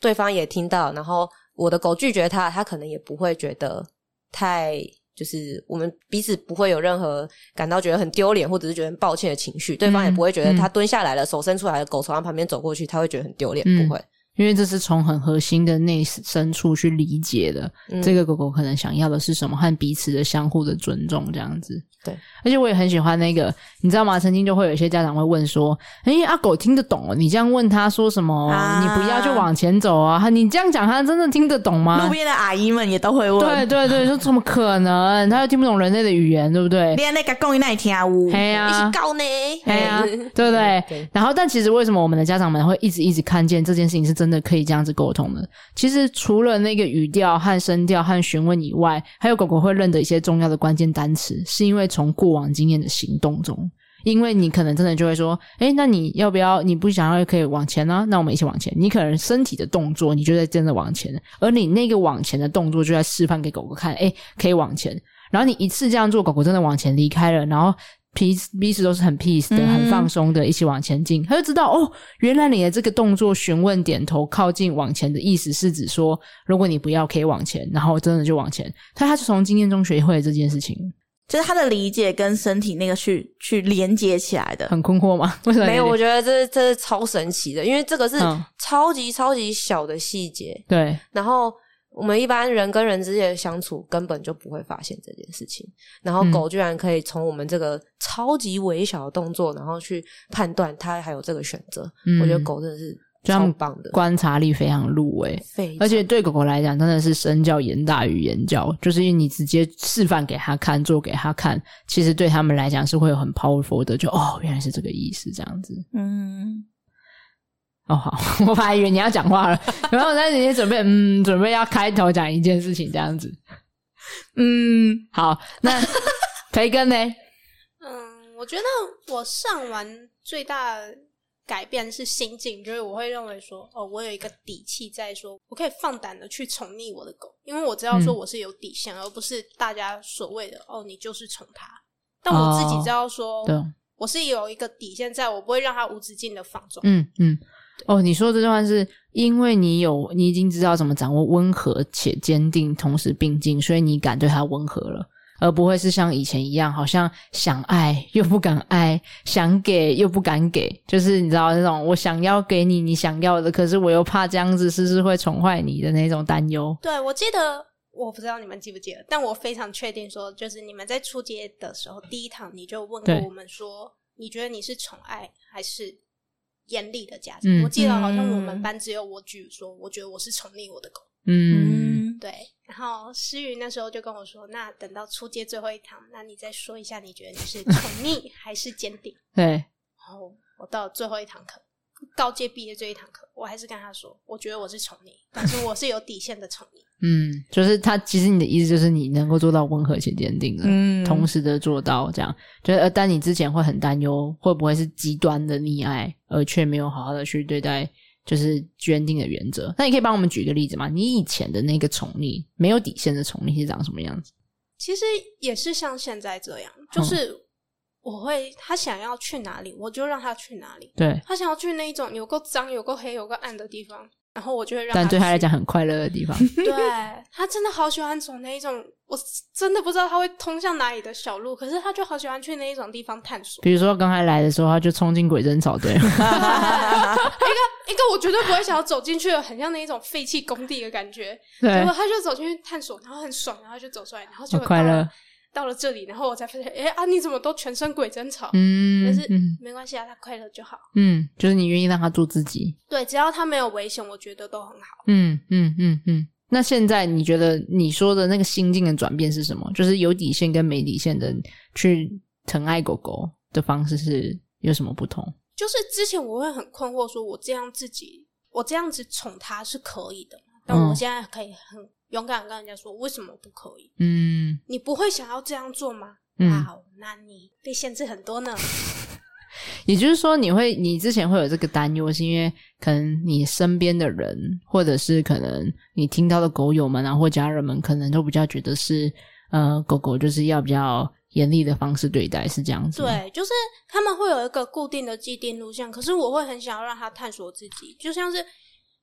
[SPEAKER 2] 对方也听到，然后我的狗拒绝他，他可能也不会觉得太。就是我们彼此不会有任何感到觉得很丢脸，或者是觉得很抱歉的情绪，对方也
[SPEAKER 1] 嗯
[SPEAKER 2] 不会觉得
[SPEAKER 1] 嗯
[SPEAKER 2] 他蹲下来了，手伸出来了，狗从他旁边走过去，他会觉得很丢脸，
[SPEAKER 1] 嗯
[SPEAKER 2] 不会。
[SPEAKER 1] 因为这是从很核心的内深处去理解的，
[SPEAKER 2] 嗯
[SPEAKER 1] 这个狗狗可能想要的是什么，和彼此的相互的尊重这样子。
[SPEAKER 2] 对，
[SPEAKER 1] 而且我也很喜欢那个，你知道吗？曾经就会有一些家长会问说：“诶，阿、狗听得懂哦？你这样问他说什么？
[SPEAKER 3] 啊
[SPEAKER 1] 你不要就往前走啊！你这样讲，他真的听得懂吗
[SPEAKER 3] 路？”边的阿姨们也都会问，
[SPEAKER 1] 对对对，说怎么可能？他又听不懂人类的语言，对不对？
[SPEAKER 2] [LAUGHS]
[SPEAKER 3] 连那个公益那一天啊，呜，
[SPEAKER 1] 嘿呀、
[SPEAKER 2] 一起告呢？
[SPEAKER 1] 嗯哎
[SPEAKER 2] [LAUGHS]
[SPEAKER 1] 呀，对不对？
[SPEAKER 2] 对
[SPEAKER 1] 然后，但其实为什么我们的家长们会一直一直看见这件事情是真的可以这样子沟通的？其实除了那个语调和声调和询问以外，还有狗狗会认得一些重要的关键单词，是因为从过往经验的行动中。因为你可能真的就会说，哎，那你要不要？你不想要可以往前啊？那我们一起往前。你可能身体的动作，你就在真的往前，而你那个往前的动作就在示范给狗狗看，哎，可以往前。然后你一次这样做，狗狗真的往前离开了，然后彼此彼此都是很 peace 的、
[SPEAKER 3] 嗯
[SPEAKER 1] 很放松的，一起往前进，他就知道哦，原来你的这个动作询问、点头、靠近、往前的意思是指说，如果你不要可以往前，然后真的就往前。他他是从经验中学会了这件事情，
[SPEAKER 3] 就是他的理解跟身体那个去去连接起来的。
[SPEAKER 1] 很困惑
[SPEAKER 2] [LAUGHS]
[SPEAKER 1] 吗？为什么
[SPEAKER 2] 没有，我
[SPEAKER 1] 就
[SPEAKER 2] 觉得这这是超神奇的，因为这个是
[SPEAKER 1] 嗯
[SPEAKER 2] 超级超级小的细节，
[SPEAKER 1] 对，
[SPEAKER 2] 然后我们一般人跟人之间的相处根本就不会发现这件事情，然后
[SPEAKER 1] 嗯
[SPEAKER 2] 狗居然可以从我们这个超级微小的动作，然后去判断它还有这个选择，
[SPEAKER 1] 嗯
[SPEAKER 2] 我觉得狗真的是
[SPEAKER 1] 就他
[SPEAKER 2] 超
[SPEAKER 1] 们
[SPEAKER 2] 棒的，
[SPEAKER 1] 观察力非常入微，
[SPEAKER 2] 非常
[SPEAKER 1] 而且对狗狗来讲，真的是身教言大于言教，就是因为你直接示范给他看，做给他看，其实对他们来讲是会有很 powerful 的，就哦，原来是这个意思，这样子。
[SPEAKER 3] 嗯，
[SPEAKER 1] 哦，好， [LAUGHS] 我本来以为你要讲话了，然后但是你准备，嗯，准备要开头讲一件事情，这样子。嗯，好，那培根呢？
[SPEAKER 4] 嗯，我觉得我上完最大的改变是心境，就是我会认为说，哦，我有一个底气在说，我可以放胆的去宠溺我的狗，因为我知道说
[SPEAKER 1] 嗯
[SPEAKER 4] 我是有底线，而不是大家所谓的哦，你就是宠它。但我自己知道说，
[SPEAKER 1] 哦对，
[SPEAKER 4] 我是有一个底线在，我不会让它无止境的放纵。
[SPEAKER 1] 嗯嗯，哦，你说这段是因为你有，你已经知道怎么掌握温和且坚定，同时并进，所以你敢对它温和了，而不会是像以前一样，好像想爱又不敢爱，想给又不敢给，就是你知道那种我想要给你你想要的，可是我又怕这样子是不是会宠坏你的那种担忧。
[SPEAKER 4] 对，我记得，我不知道你们记不记得，但我非常确定说，就是你们在初阶的时候，第一堂你就问过
[SPEAKER 1] 对
[SPEAKER 4] 我们说，你觉得你是宠爱还是严厉的家长？
[SPEAKER 1] 嗯
[SPEAKER 4] 我记得好像我们
[SPEAKER 3] 嗯
[SPEAKER 4] 班只有我举说，我觉得我是宠溺我的狗。
[SPEAKER 1] 嗯，
[SPEAKER 3] 嗯，
[SPEAKER 4] 对，然后诗雨那时候就跟我说，那等到初阶最后一堂，那你再说
[SPEAKER 1] [LAUGHS]
[SPEAKER 4] 一下，你觉得你是宠溺还是坚定？
[SPEAKER 1] 对，
[SPEAKER 4] 然后我到了最后一堂课，告诫毕业这一堂课，我还是跟他说，我觉得我是宠溺，但是我是有底线的宠溺。
[SPEAKER 1] 嗯，就是他其实你的意思就是你能够做到温和且坚定的，
[SPEAKER 3] 嗯
[SPEAKER 1] 同时的做到这样。就是呃，但你之前会很担忧会不会是极端的溺爱，而却没有好好的去对待就是坚定的原则。那你可以帮我们举个例子吗？你以前的那个宠溺，没有底线的宠溺是长什么样子？
[SPEAKER 4] 其实也是像现在这样，
[SPEAKER 1] 嗯
[SPEAKER 4] 就是我会他想要去哪里，我就让他去哪里。
[SPEAKER 1] 对，
[SPEAKER 4] 他想要去那一种有够脏、有够黑、有够暗的地方，然后我就会让
[SPEAKER 1] 但对
[SPEAKER 4] 去
[SPEAKER 1] 他来讲，很快乐的地方，
[SPEAKER 4] 对他真的好喜欢走那一种，我真的不知道他会通向哪里的小路，可是他就好喜欢去那一种地方探索。
[SPEAKER 1] 比如说刚才来的时候，他就冲进鬼针草队，
[SPEAKER 4] 一个我绝对不会想要走进去的，很像那一种废弃工地的感觉。结
[SPEAKER 1] [LAUGHS] 对
[SPEAKER 4] 果，他就走进去探索，然后很爽，然后就走出来，然后就
[SPEAKER 1] 很快乐。
[SPEAKER 4] 到了这里，然后我才发现，哎、啊，你怎么都全身鬼针草？
[SPEAKER 1] 嗯
[SPEAKER 4] 但是、
[SPEAKER 1] 嗯
[SPEAKER 4] 没关系啊，他快乐就好。
[SPEAKER 1] 嗯，就是你愿意让他做自己，
[SPEAKER 4] 对，只要他没有危险，我觉得都很好。
[SPEAKER 1] 嗯嗯嗯嗯。那现在你觉得你说的那个心境的转变是什么？就是有底线跟没底线的去疼爱狗狗的方式是有什么不同？
[SPEAKER 4] 就是之前我会很困惑，说我这样自己，我这样子宠他是可以的吗，但
[SPEAKER 1] 嗯
[SPEAKER 4] 我现在可以很勇敢地跟人家说，为什么不可以？
[SPEAKER 1] 嗯
[SPEAKER 4] 你不会想要这样做吗？
[SPEAKER 1] 嗯
[SPEAKER 4] 哇哦，那你被限制很多呢。
[SPEAKER 1] 也就是说，你会你之前会有这个担忧，是因为可能你身边的人，或者是可能你听到的狗友们啊，或家人们，可能都比较觉得是呃，狗狗就是要比较严厉的方式对待，是这样子吗。
[SPEAKER 4] 对，就是他们会有一个固定的既定路线，可是我会很想要让他探索自己，就像是，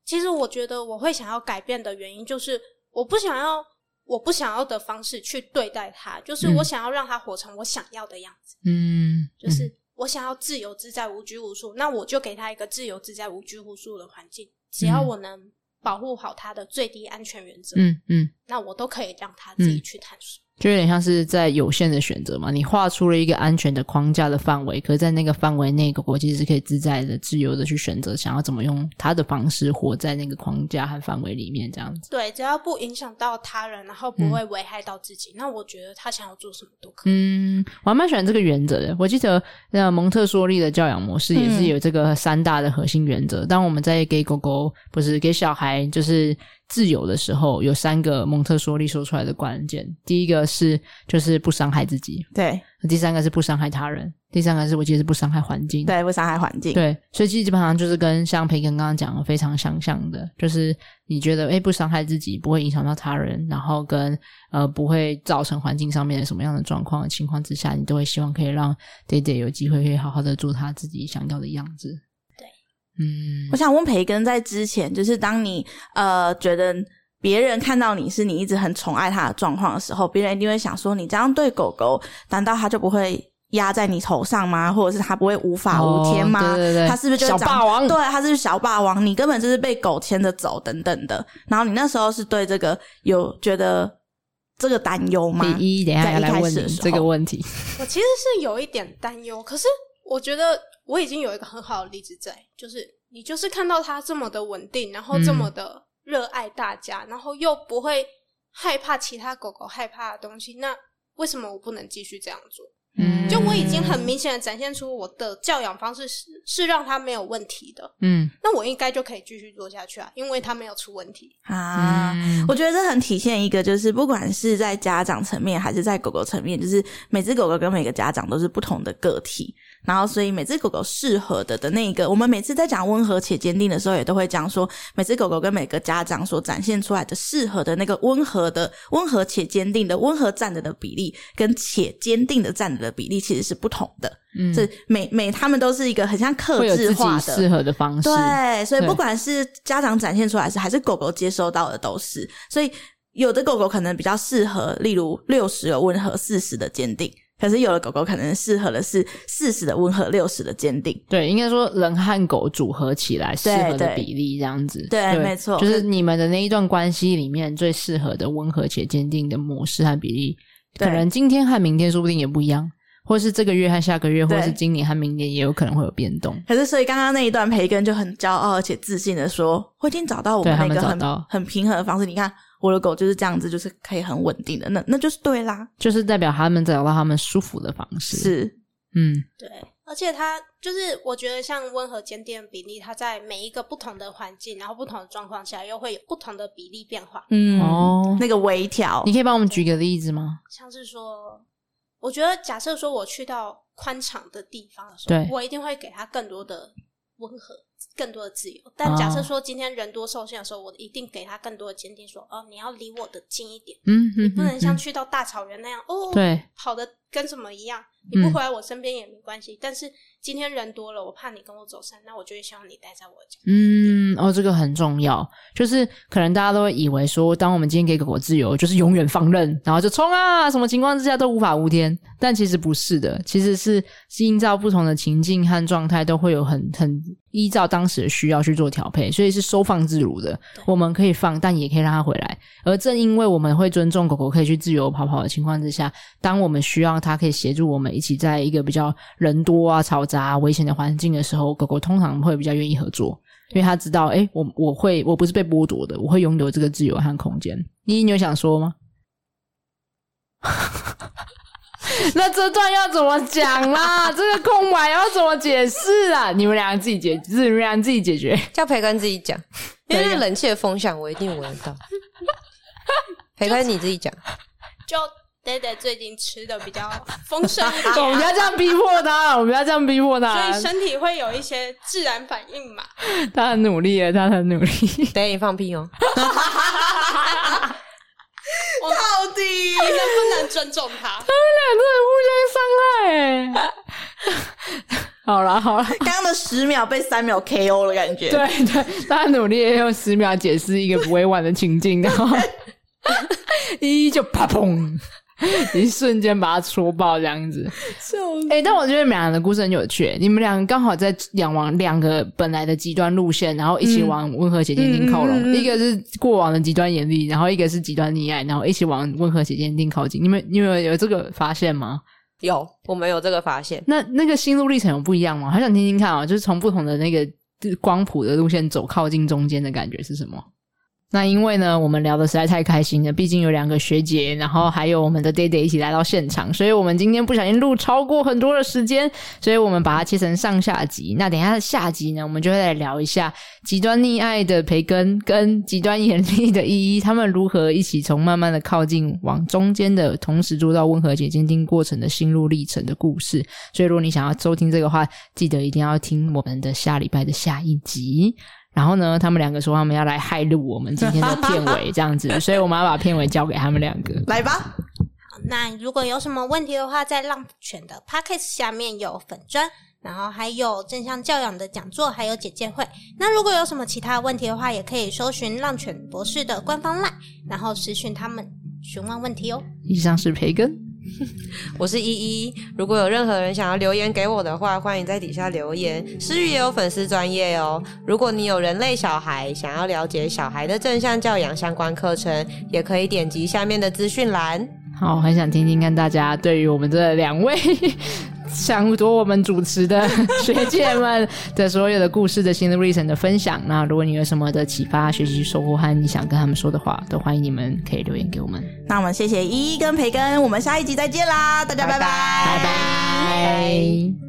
[SPEAKER 4] 其实我觉得我会想要改变的原因就是我不想要我不想要的方式去对待他，就是我
[SPEAKER 1] 嗯
[SPEAKER 4] 想要让他活成我想要的样子，
[SPEAKER 1] 嗯，
[SPEAKER 4] 就是我想要自由自在、无拘无束，那我就给他一个自由自在、无拘无束的环境，只要
[SPEAKER 1] 嗯
[SPEAKER 4] 我能保护好他的最低安全原则，
[SPEAKER 1] 嗯嗯。嗯
[SPEAKER 4] 那我都可以让他自己
[SPEAKER 1] 嗯
[SPEAKER 4] 去探索。
[SPEAKER 1] 就有点像是在有限的选择嘛，你画出了一个安全的框架的范围，可是在那个范围内，狗狗其实是可以自在的、自由的去选择想要怎么用它的方式活在那个框架和范围里面，这样子。
[SPEAKER 4] 对，只要不影响到他人，然后不会危害到自己，那我觉得他想要做什么都可以。
[SPEAKER 1] 嗯，我还蛮喜欢这个原则的。我记得那蒙特梭利的教养模式也是有这个三大的核心原则。当我们在给狗狗不是给小孩就是自由的时候，有三个蒙特梭利说出来的关键。第一个是就是不伤害自己，
[SPEAKER 3] 对
[SPEAKER 1] 第三个是不伤害他人，第三个是我记得是不伤害环境。
[SPEAKER 3] 对，不伤害环境。
[SPEAKER 1] 对，所以基本上就是跟像培根刚刚讲的非常相像的，就是你觉得诶不伤害自己，不会影响到他人，然后跟呃不会造成环境上面的什么样的状况的情况之下，你都会希望可以让 Day Day 有机会可以好好的做他自己想要的样子。
[SPEAKER 4] 对，
[SPEAKER 1] 嗯
[SPEAKER 3] 我，想问培根，在之前就是当你呃觉得别人看到你是你一直很宠爱他的状况的时候，别人一定会想说，你这样对狗狗，难道它就不会？压在你头上吗？或者是它不会无法无天吗？
[SPEAKER 1] 哦对对对
[SPEAKER 3] 它是不是就会
[SPEAKER 1] 小
[SPEAKER 3] 长
[SPEAKER 1] 霸王
[SPEAKER 4] 嗯
[SPEAKER 3] 对，它是不是小霸王，你根本就是被狗牵着走等等的。然后你那时候是对这个有觉得这个担忧吗？
[SPEAKER 1] 第一，等一下
[SPEAKER 3] 在
[SPEAKER 1] 要
[SPEAKER 3] 一
[SPEAKER 1] 来
[SPEAKER 3] 开
[SPEAKER 1] 问
[SPEAKER 3] 始
[SPEAKER 1] 你
[SPEAKER 3] 的时候
[SPEAKER 1] 这个问题，
[SPEAKER 4] 我其实是有一点担忧，可是我觉得我已经有一个很好的例子在，就是你就是看到他这么的稳定，然后这
[SPEAKER 1] 嗯
[SPEAKER 4] 么的热爱大家，然后又不会害怕其他狗狗害怕的东西，那为什么我不能继续这样做？
[SPEAKER 1] 嗯
[SPEAKER 4] 就我已经很明显的展现出我的教养方式是是让他没有问题的，
[SPEAKER 1] 嗯
[SPEAKER 4] 那我应该就可以继续做下去啊，因为他没有出问题。
[SPEAKER 3] 啊，
[SPEAKER 1] 嗯
[SPEAKER 3] 我觉得这很体现一个，就是不管是在家长层面还是在狗狗层面，就是每只狗狗跟每个家长都是不同的个体。然后，所以每只狗狗适合的的那个，我们每次在讲温和且坚定的时候，也都会讲说，每只狗狗跟每个家长所展现出来的适合的那个温和的、温和且坚定的、温和站着的比例，跟且坚定的站着的比例其实是不同的。
[SPEAKER 1] 嗯
[SPEAKER 3] 这、每每他们都是一个很像克
[SPEAKER 1] 会有
[SPEAKER 3] 制
[SPEAKER 1] 自己
[SPEAKER 3] 化的，
[SPEAKER 1] 适合的方式，
[SPEAKER 3] 对，所以
[SPEAKER 1] 对
[SPEAKER 3] 不管是家长展现出来是，还是狗狗接收到的都是，所以有的狗狗可能比较适合，例如六十的温和，四十的坚定。可是有的狗狗可能适合的是四十的温和，六十的坚定。
[SPEAKER 1] 对，应该说人和狗组合起来适
[SPEAKER 3] 对
[SPEAKER 1] 合的
[SPEAKER 3] 对
[SPEAKER 1] 比例这样子。
[SPEAKER 3] 对没错
[SPEAKER 1] 就是你们的那一段关系里面最适合的温和且坚定的模式和比例，可
[SPEAKER 3] 对
[SPEAKER 1] 能今天和明天说不定也不一样，或是这个月和下个月，或
[SPEAKER 3] 对
[SPEAKER 1] 是今年和明年也有可能会有变动。
[SPEAKER 3] 可是，所以刚刚那一段培根就很骄傲而且自信的说：“我已经找到我
[SPEAKER 1] 对
[SPEAKER 3] 们
[SPEAKER 1] 他
[SPEAKER 3] 那
[SPEAKER 1] 们
[SPEAKER 3] 个
[SPEAKER 1] 找
[SPEAKER 3] 很
[SPEAKER 1] 到
[SPEAKER 3] 很平衡的方式。你看，我的狗就是这样子，就是可以很稳定的，那那就是对啦。
[SPEAKER 1] 就是代表他们找到他们舒服的方式。，
[SPEAKER 3] 是，
[SPEAKER 1] 嗯，
[SPEAKER 4] 对，而且它就是我觉得像温和坚定的比例，它在每一个不同的环境，然后不同的状况下，又会有不同的比例变化。
[SPEAKER 3] 嗯
[SPEAKER 1] 哦，
[SPEAKER 3] 那个微调
[SPEAKER 1] 你，可以帮我们举个例子吗？
[SPEAKER 4] 像是说，我觉得假设说我去到宽敞的地方的时候
[SPEAKER 1] 对，
[SPEAKER 4] 我一定会给它更多的温和。更多的自由，但假
[SPEAKER 1] 哦
[SPEAKER 4] 设说今天人多受限的时候，我一定给他更多的坚定说，哦，你要离我的近一点，
[SPEAKER 1] 嗯，你
[SPEAKER 4] 不能像去到大草原那样，哦，
[SPEAKER 1] 对
[SPEAKER 4] 跑的跟什么一样，你不
[SPEAKER 1] 嗯
[SPEAKER 4] 回来我身边也没关系。但是今天人多了，我怕你跟我走散，那我就会希望你待在我家。
[SPEAKER 1] 嗯，哦，这个很重要。就是可能大家都会以为说，当我们今天给狗狗自由，就是永远放任，然后就冲啊，什么情况之下都无法无天。但其实不是的，其实是依照不同的情境和状态，都会有很很依照当时的需要去做调配，所以是收放自如的。我们可以放，但也可以让它回来。而正因为我们会尊重狗狗可以去自由跑跑的情况之下，当我们需要它可以协助我们一起在一个比较人多啊、嘈杂、啊、危险的环境的时候，狗狗通常会比较愿意合作。因为他知道，哎、我我会我不是被剥夺的，我会拥有这个自由和空间。依依，你有想说吗？ [LAUGHS] 那这段要怎么讲
[SPEAKER 4] [LAUGHS]
[SPEAKER 1] 啦？这个空白要怎么解释啊？你们两个自己解，你们俩自己解
[SPEAKER 4] [LAUGHS]
[SPEAKER 1] 决。
[SPEAKER 2] 叫培根自己讲，因为那冷气的风向我一定闻得
[SPEAKER 1] [LAUGHS]
[SPEAKER 2] 到。培根你自己讲，
[SPEAKER 4] 就 d a 最近吃的比较丰盛
[SPEAKER 1] [LAUGHS]
[SPEAKER 4] 一
[SPEAKER 1] 我们不
[SPEAKER 4] 点
[SPEAKER 1] 要
[SPEAKER 4] 啊，
[SPEAKER 1] 这样逼迫他，我们不要这样逼迫他。
[SPEAKER 4] 所以身体会有一些自然反应嘛。
[SPEAKER 1] 他很努力耶，他很
[SPEAKER 4] [LAUGHS]
[SPEAKER 1] 努力。
[SPEAKER 2] 等一下你放屁哦。
[SPEAKER 4] 我们
[SPEAKER 3] 到底
[SPEAKER 4] 能不能尊重他？
[SPEAKER 1] 他们俩真的互相伤害耶。 [LAUGHS] 好啦好啦，
[SPEAKER 3] 刚刚的十秒被三秒 KO 了，感觉。
[SPEAKER 1] 对啊对，他很努力地用十秒解释一个委婉的情境，然 [LAUGHS] 后一就啪砰，一瞬间把它戳爆这样子。哎、但我觉得你们两个的故事很有趣，你们两个刚好在两往两个本来的极端路线，然后一起往温和且坚定靠拢。
[SPEAKER 3] 嗯嗯嗯嗯
[SPEAKER 1] 一个是过往的极端严厉，然后一个是极端溺爱，然后一起往温和且坚定靠近。你们你们有有这个发现吗？
[SPEAKER 2] 有，我们有这个发现。
[SPEAKER 1] 那那个心路历程有不一样吗？好想听听看啊、就是从不同的那个光谱的路线走靠近中间的感觉是什么？那因为呢，我们聊的实在太开心了，毕竟有两个学姐，然后还有我们的 Day Day 一起来到现场，所以我们今天不小心录超过很多的时间，所以我们把它切成上下集。那等一下的下集呢，我们就会来聊一下极端溺爱的培根跟极端严厉的依依，他们如何一起从慢慢的靠近往中间的，同时做到温和且坚定过程的心路历程的故事。所以如果你想要收听这个的话，记得一定要听我们的下礼拜的下一集。然后呢，他们两个说他们要来害录我们今天的片尾这样子，所以我们要把片尾交给他们两个。
[SPEAKER 3] 来吧，
[SPEAKER 4] 那如果有什么问题的话，在浪犬的 p o c k e t 下面有粉砖，然后还有正向教养的讲座，还有简介会。那如果有什么其他问题的话，也可以搜寻浪犬博士的官方 LINE，然后私讯他们询问问题哦。
[SPEAKER 1] 以上是培根，
[SPEAKER 2] 我是依依，如果有任何人想要留言给我的话，欢迎在底下留言。诗雨也有粉丝专业哦。如果你有人类小孩，想要了解小孩的正向教养相关课程，也可以点击下面的资讯栏。
[SPEAKER 1] 好，很想听听看大家对于我们这两位 [LAUGHS] 想夺我们主持的学姐们的所有的故事的心路历程的分享。那如果你有什么的启发、学习收获和你想跟他们说的话，都欢迎你们可以留言给我们。
[SPEAKER 3] 那我们谢谢依依跟培根，我们下一集再见啦，大家拜拜
[SPEAKER 1] 拜拜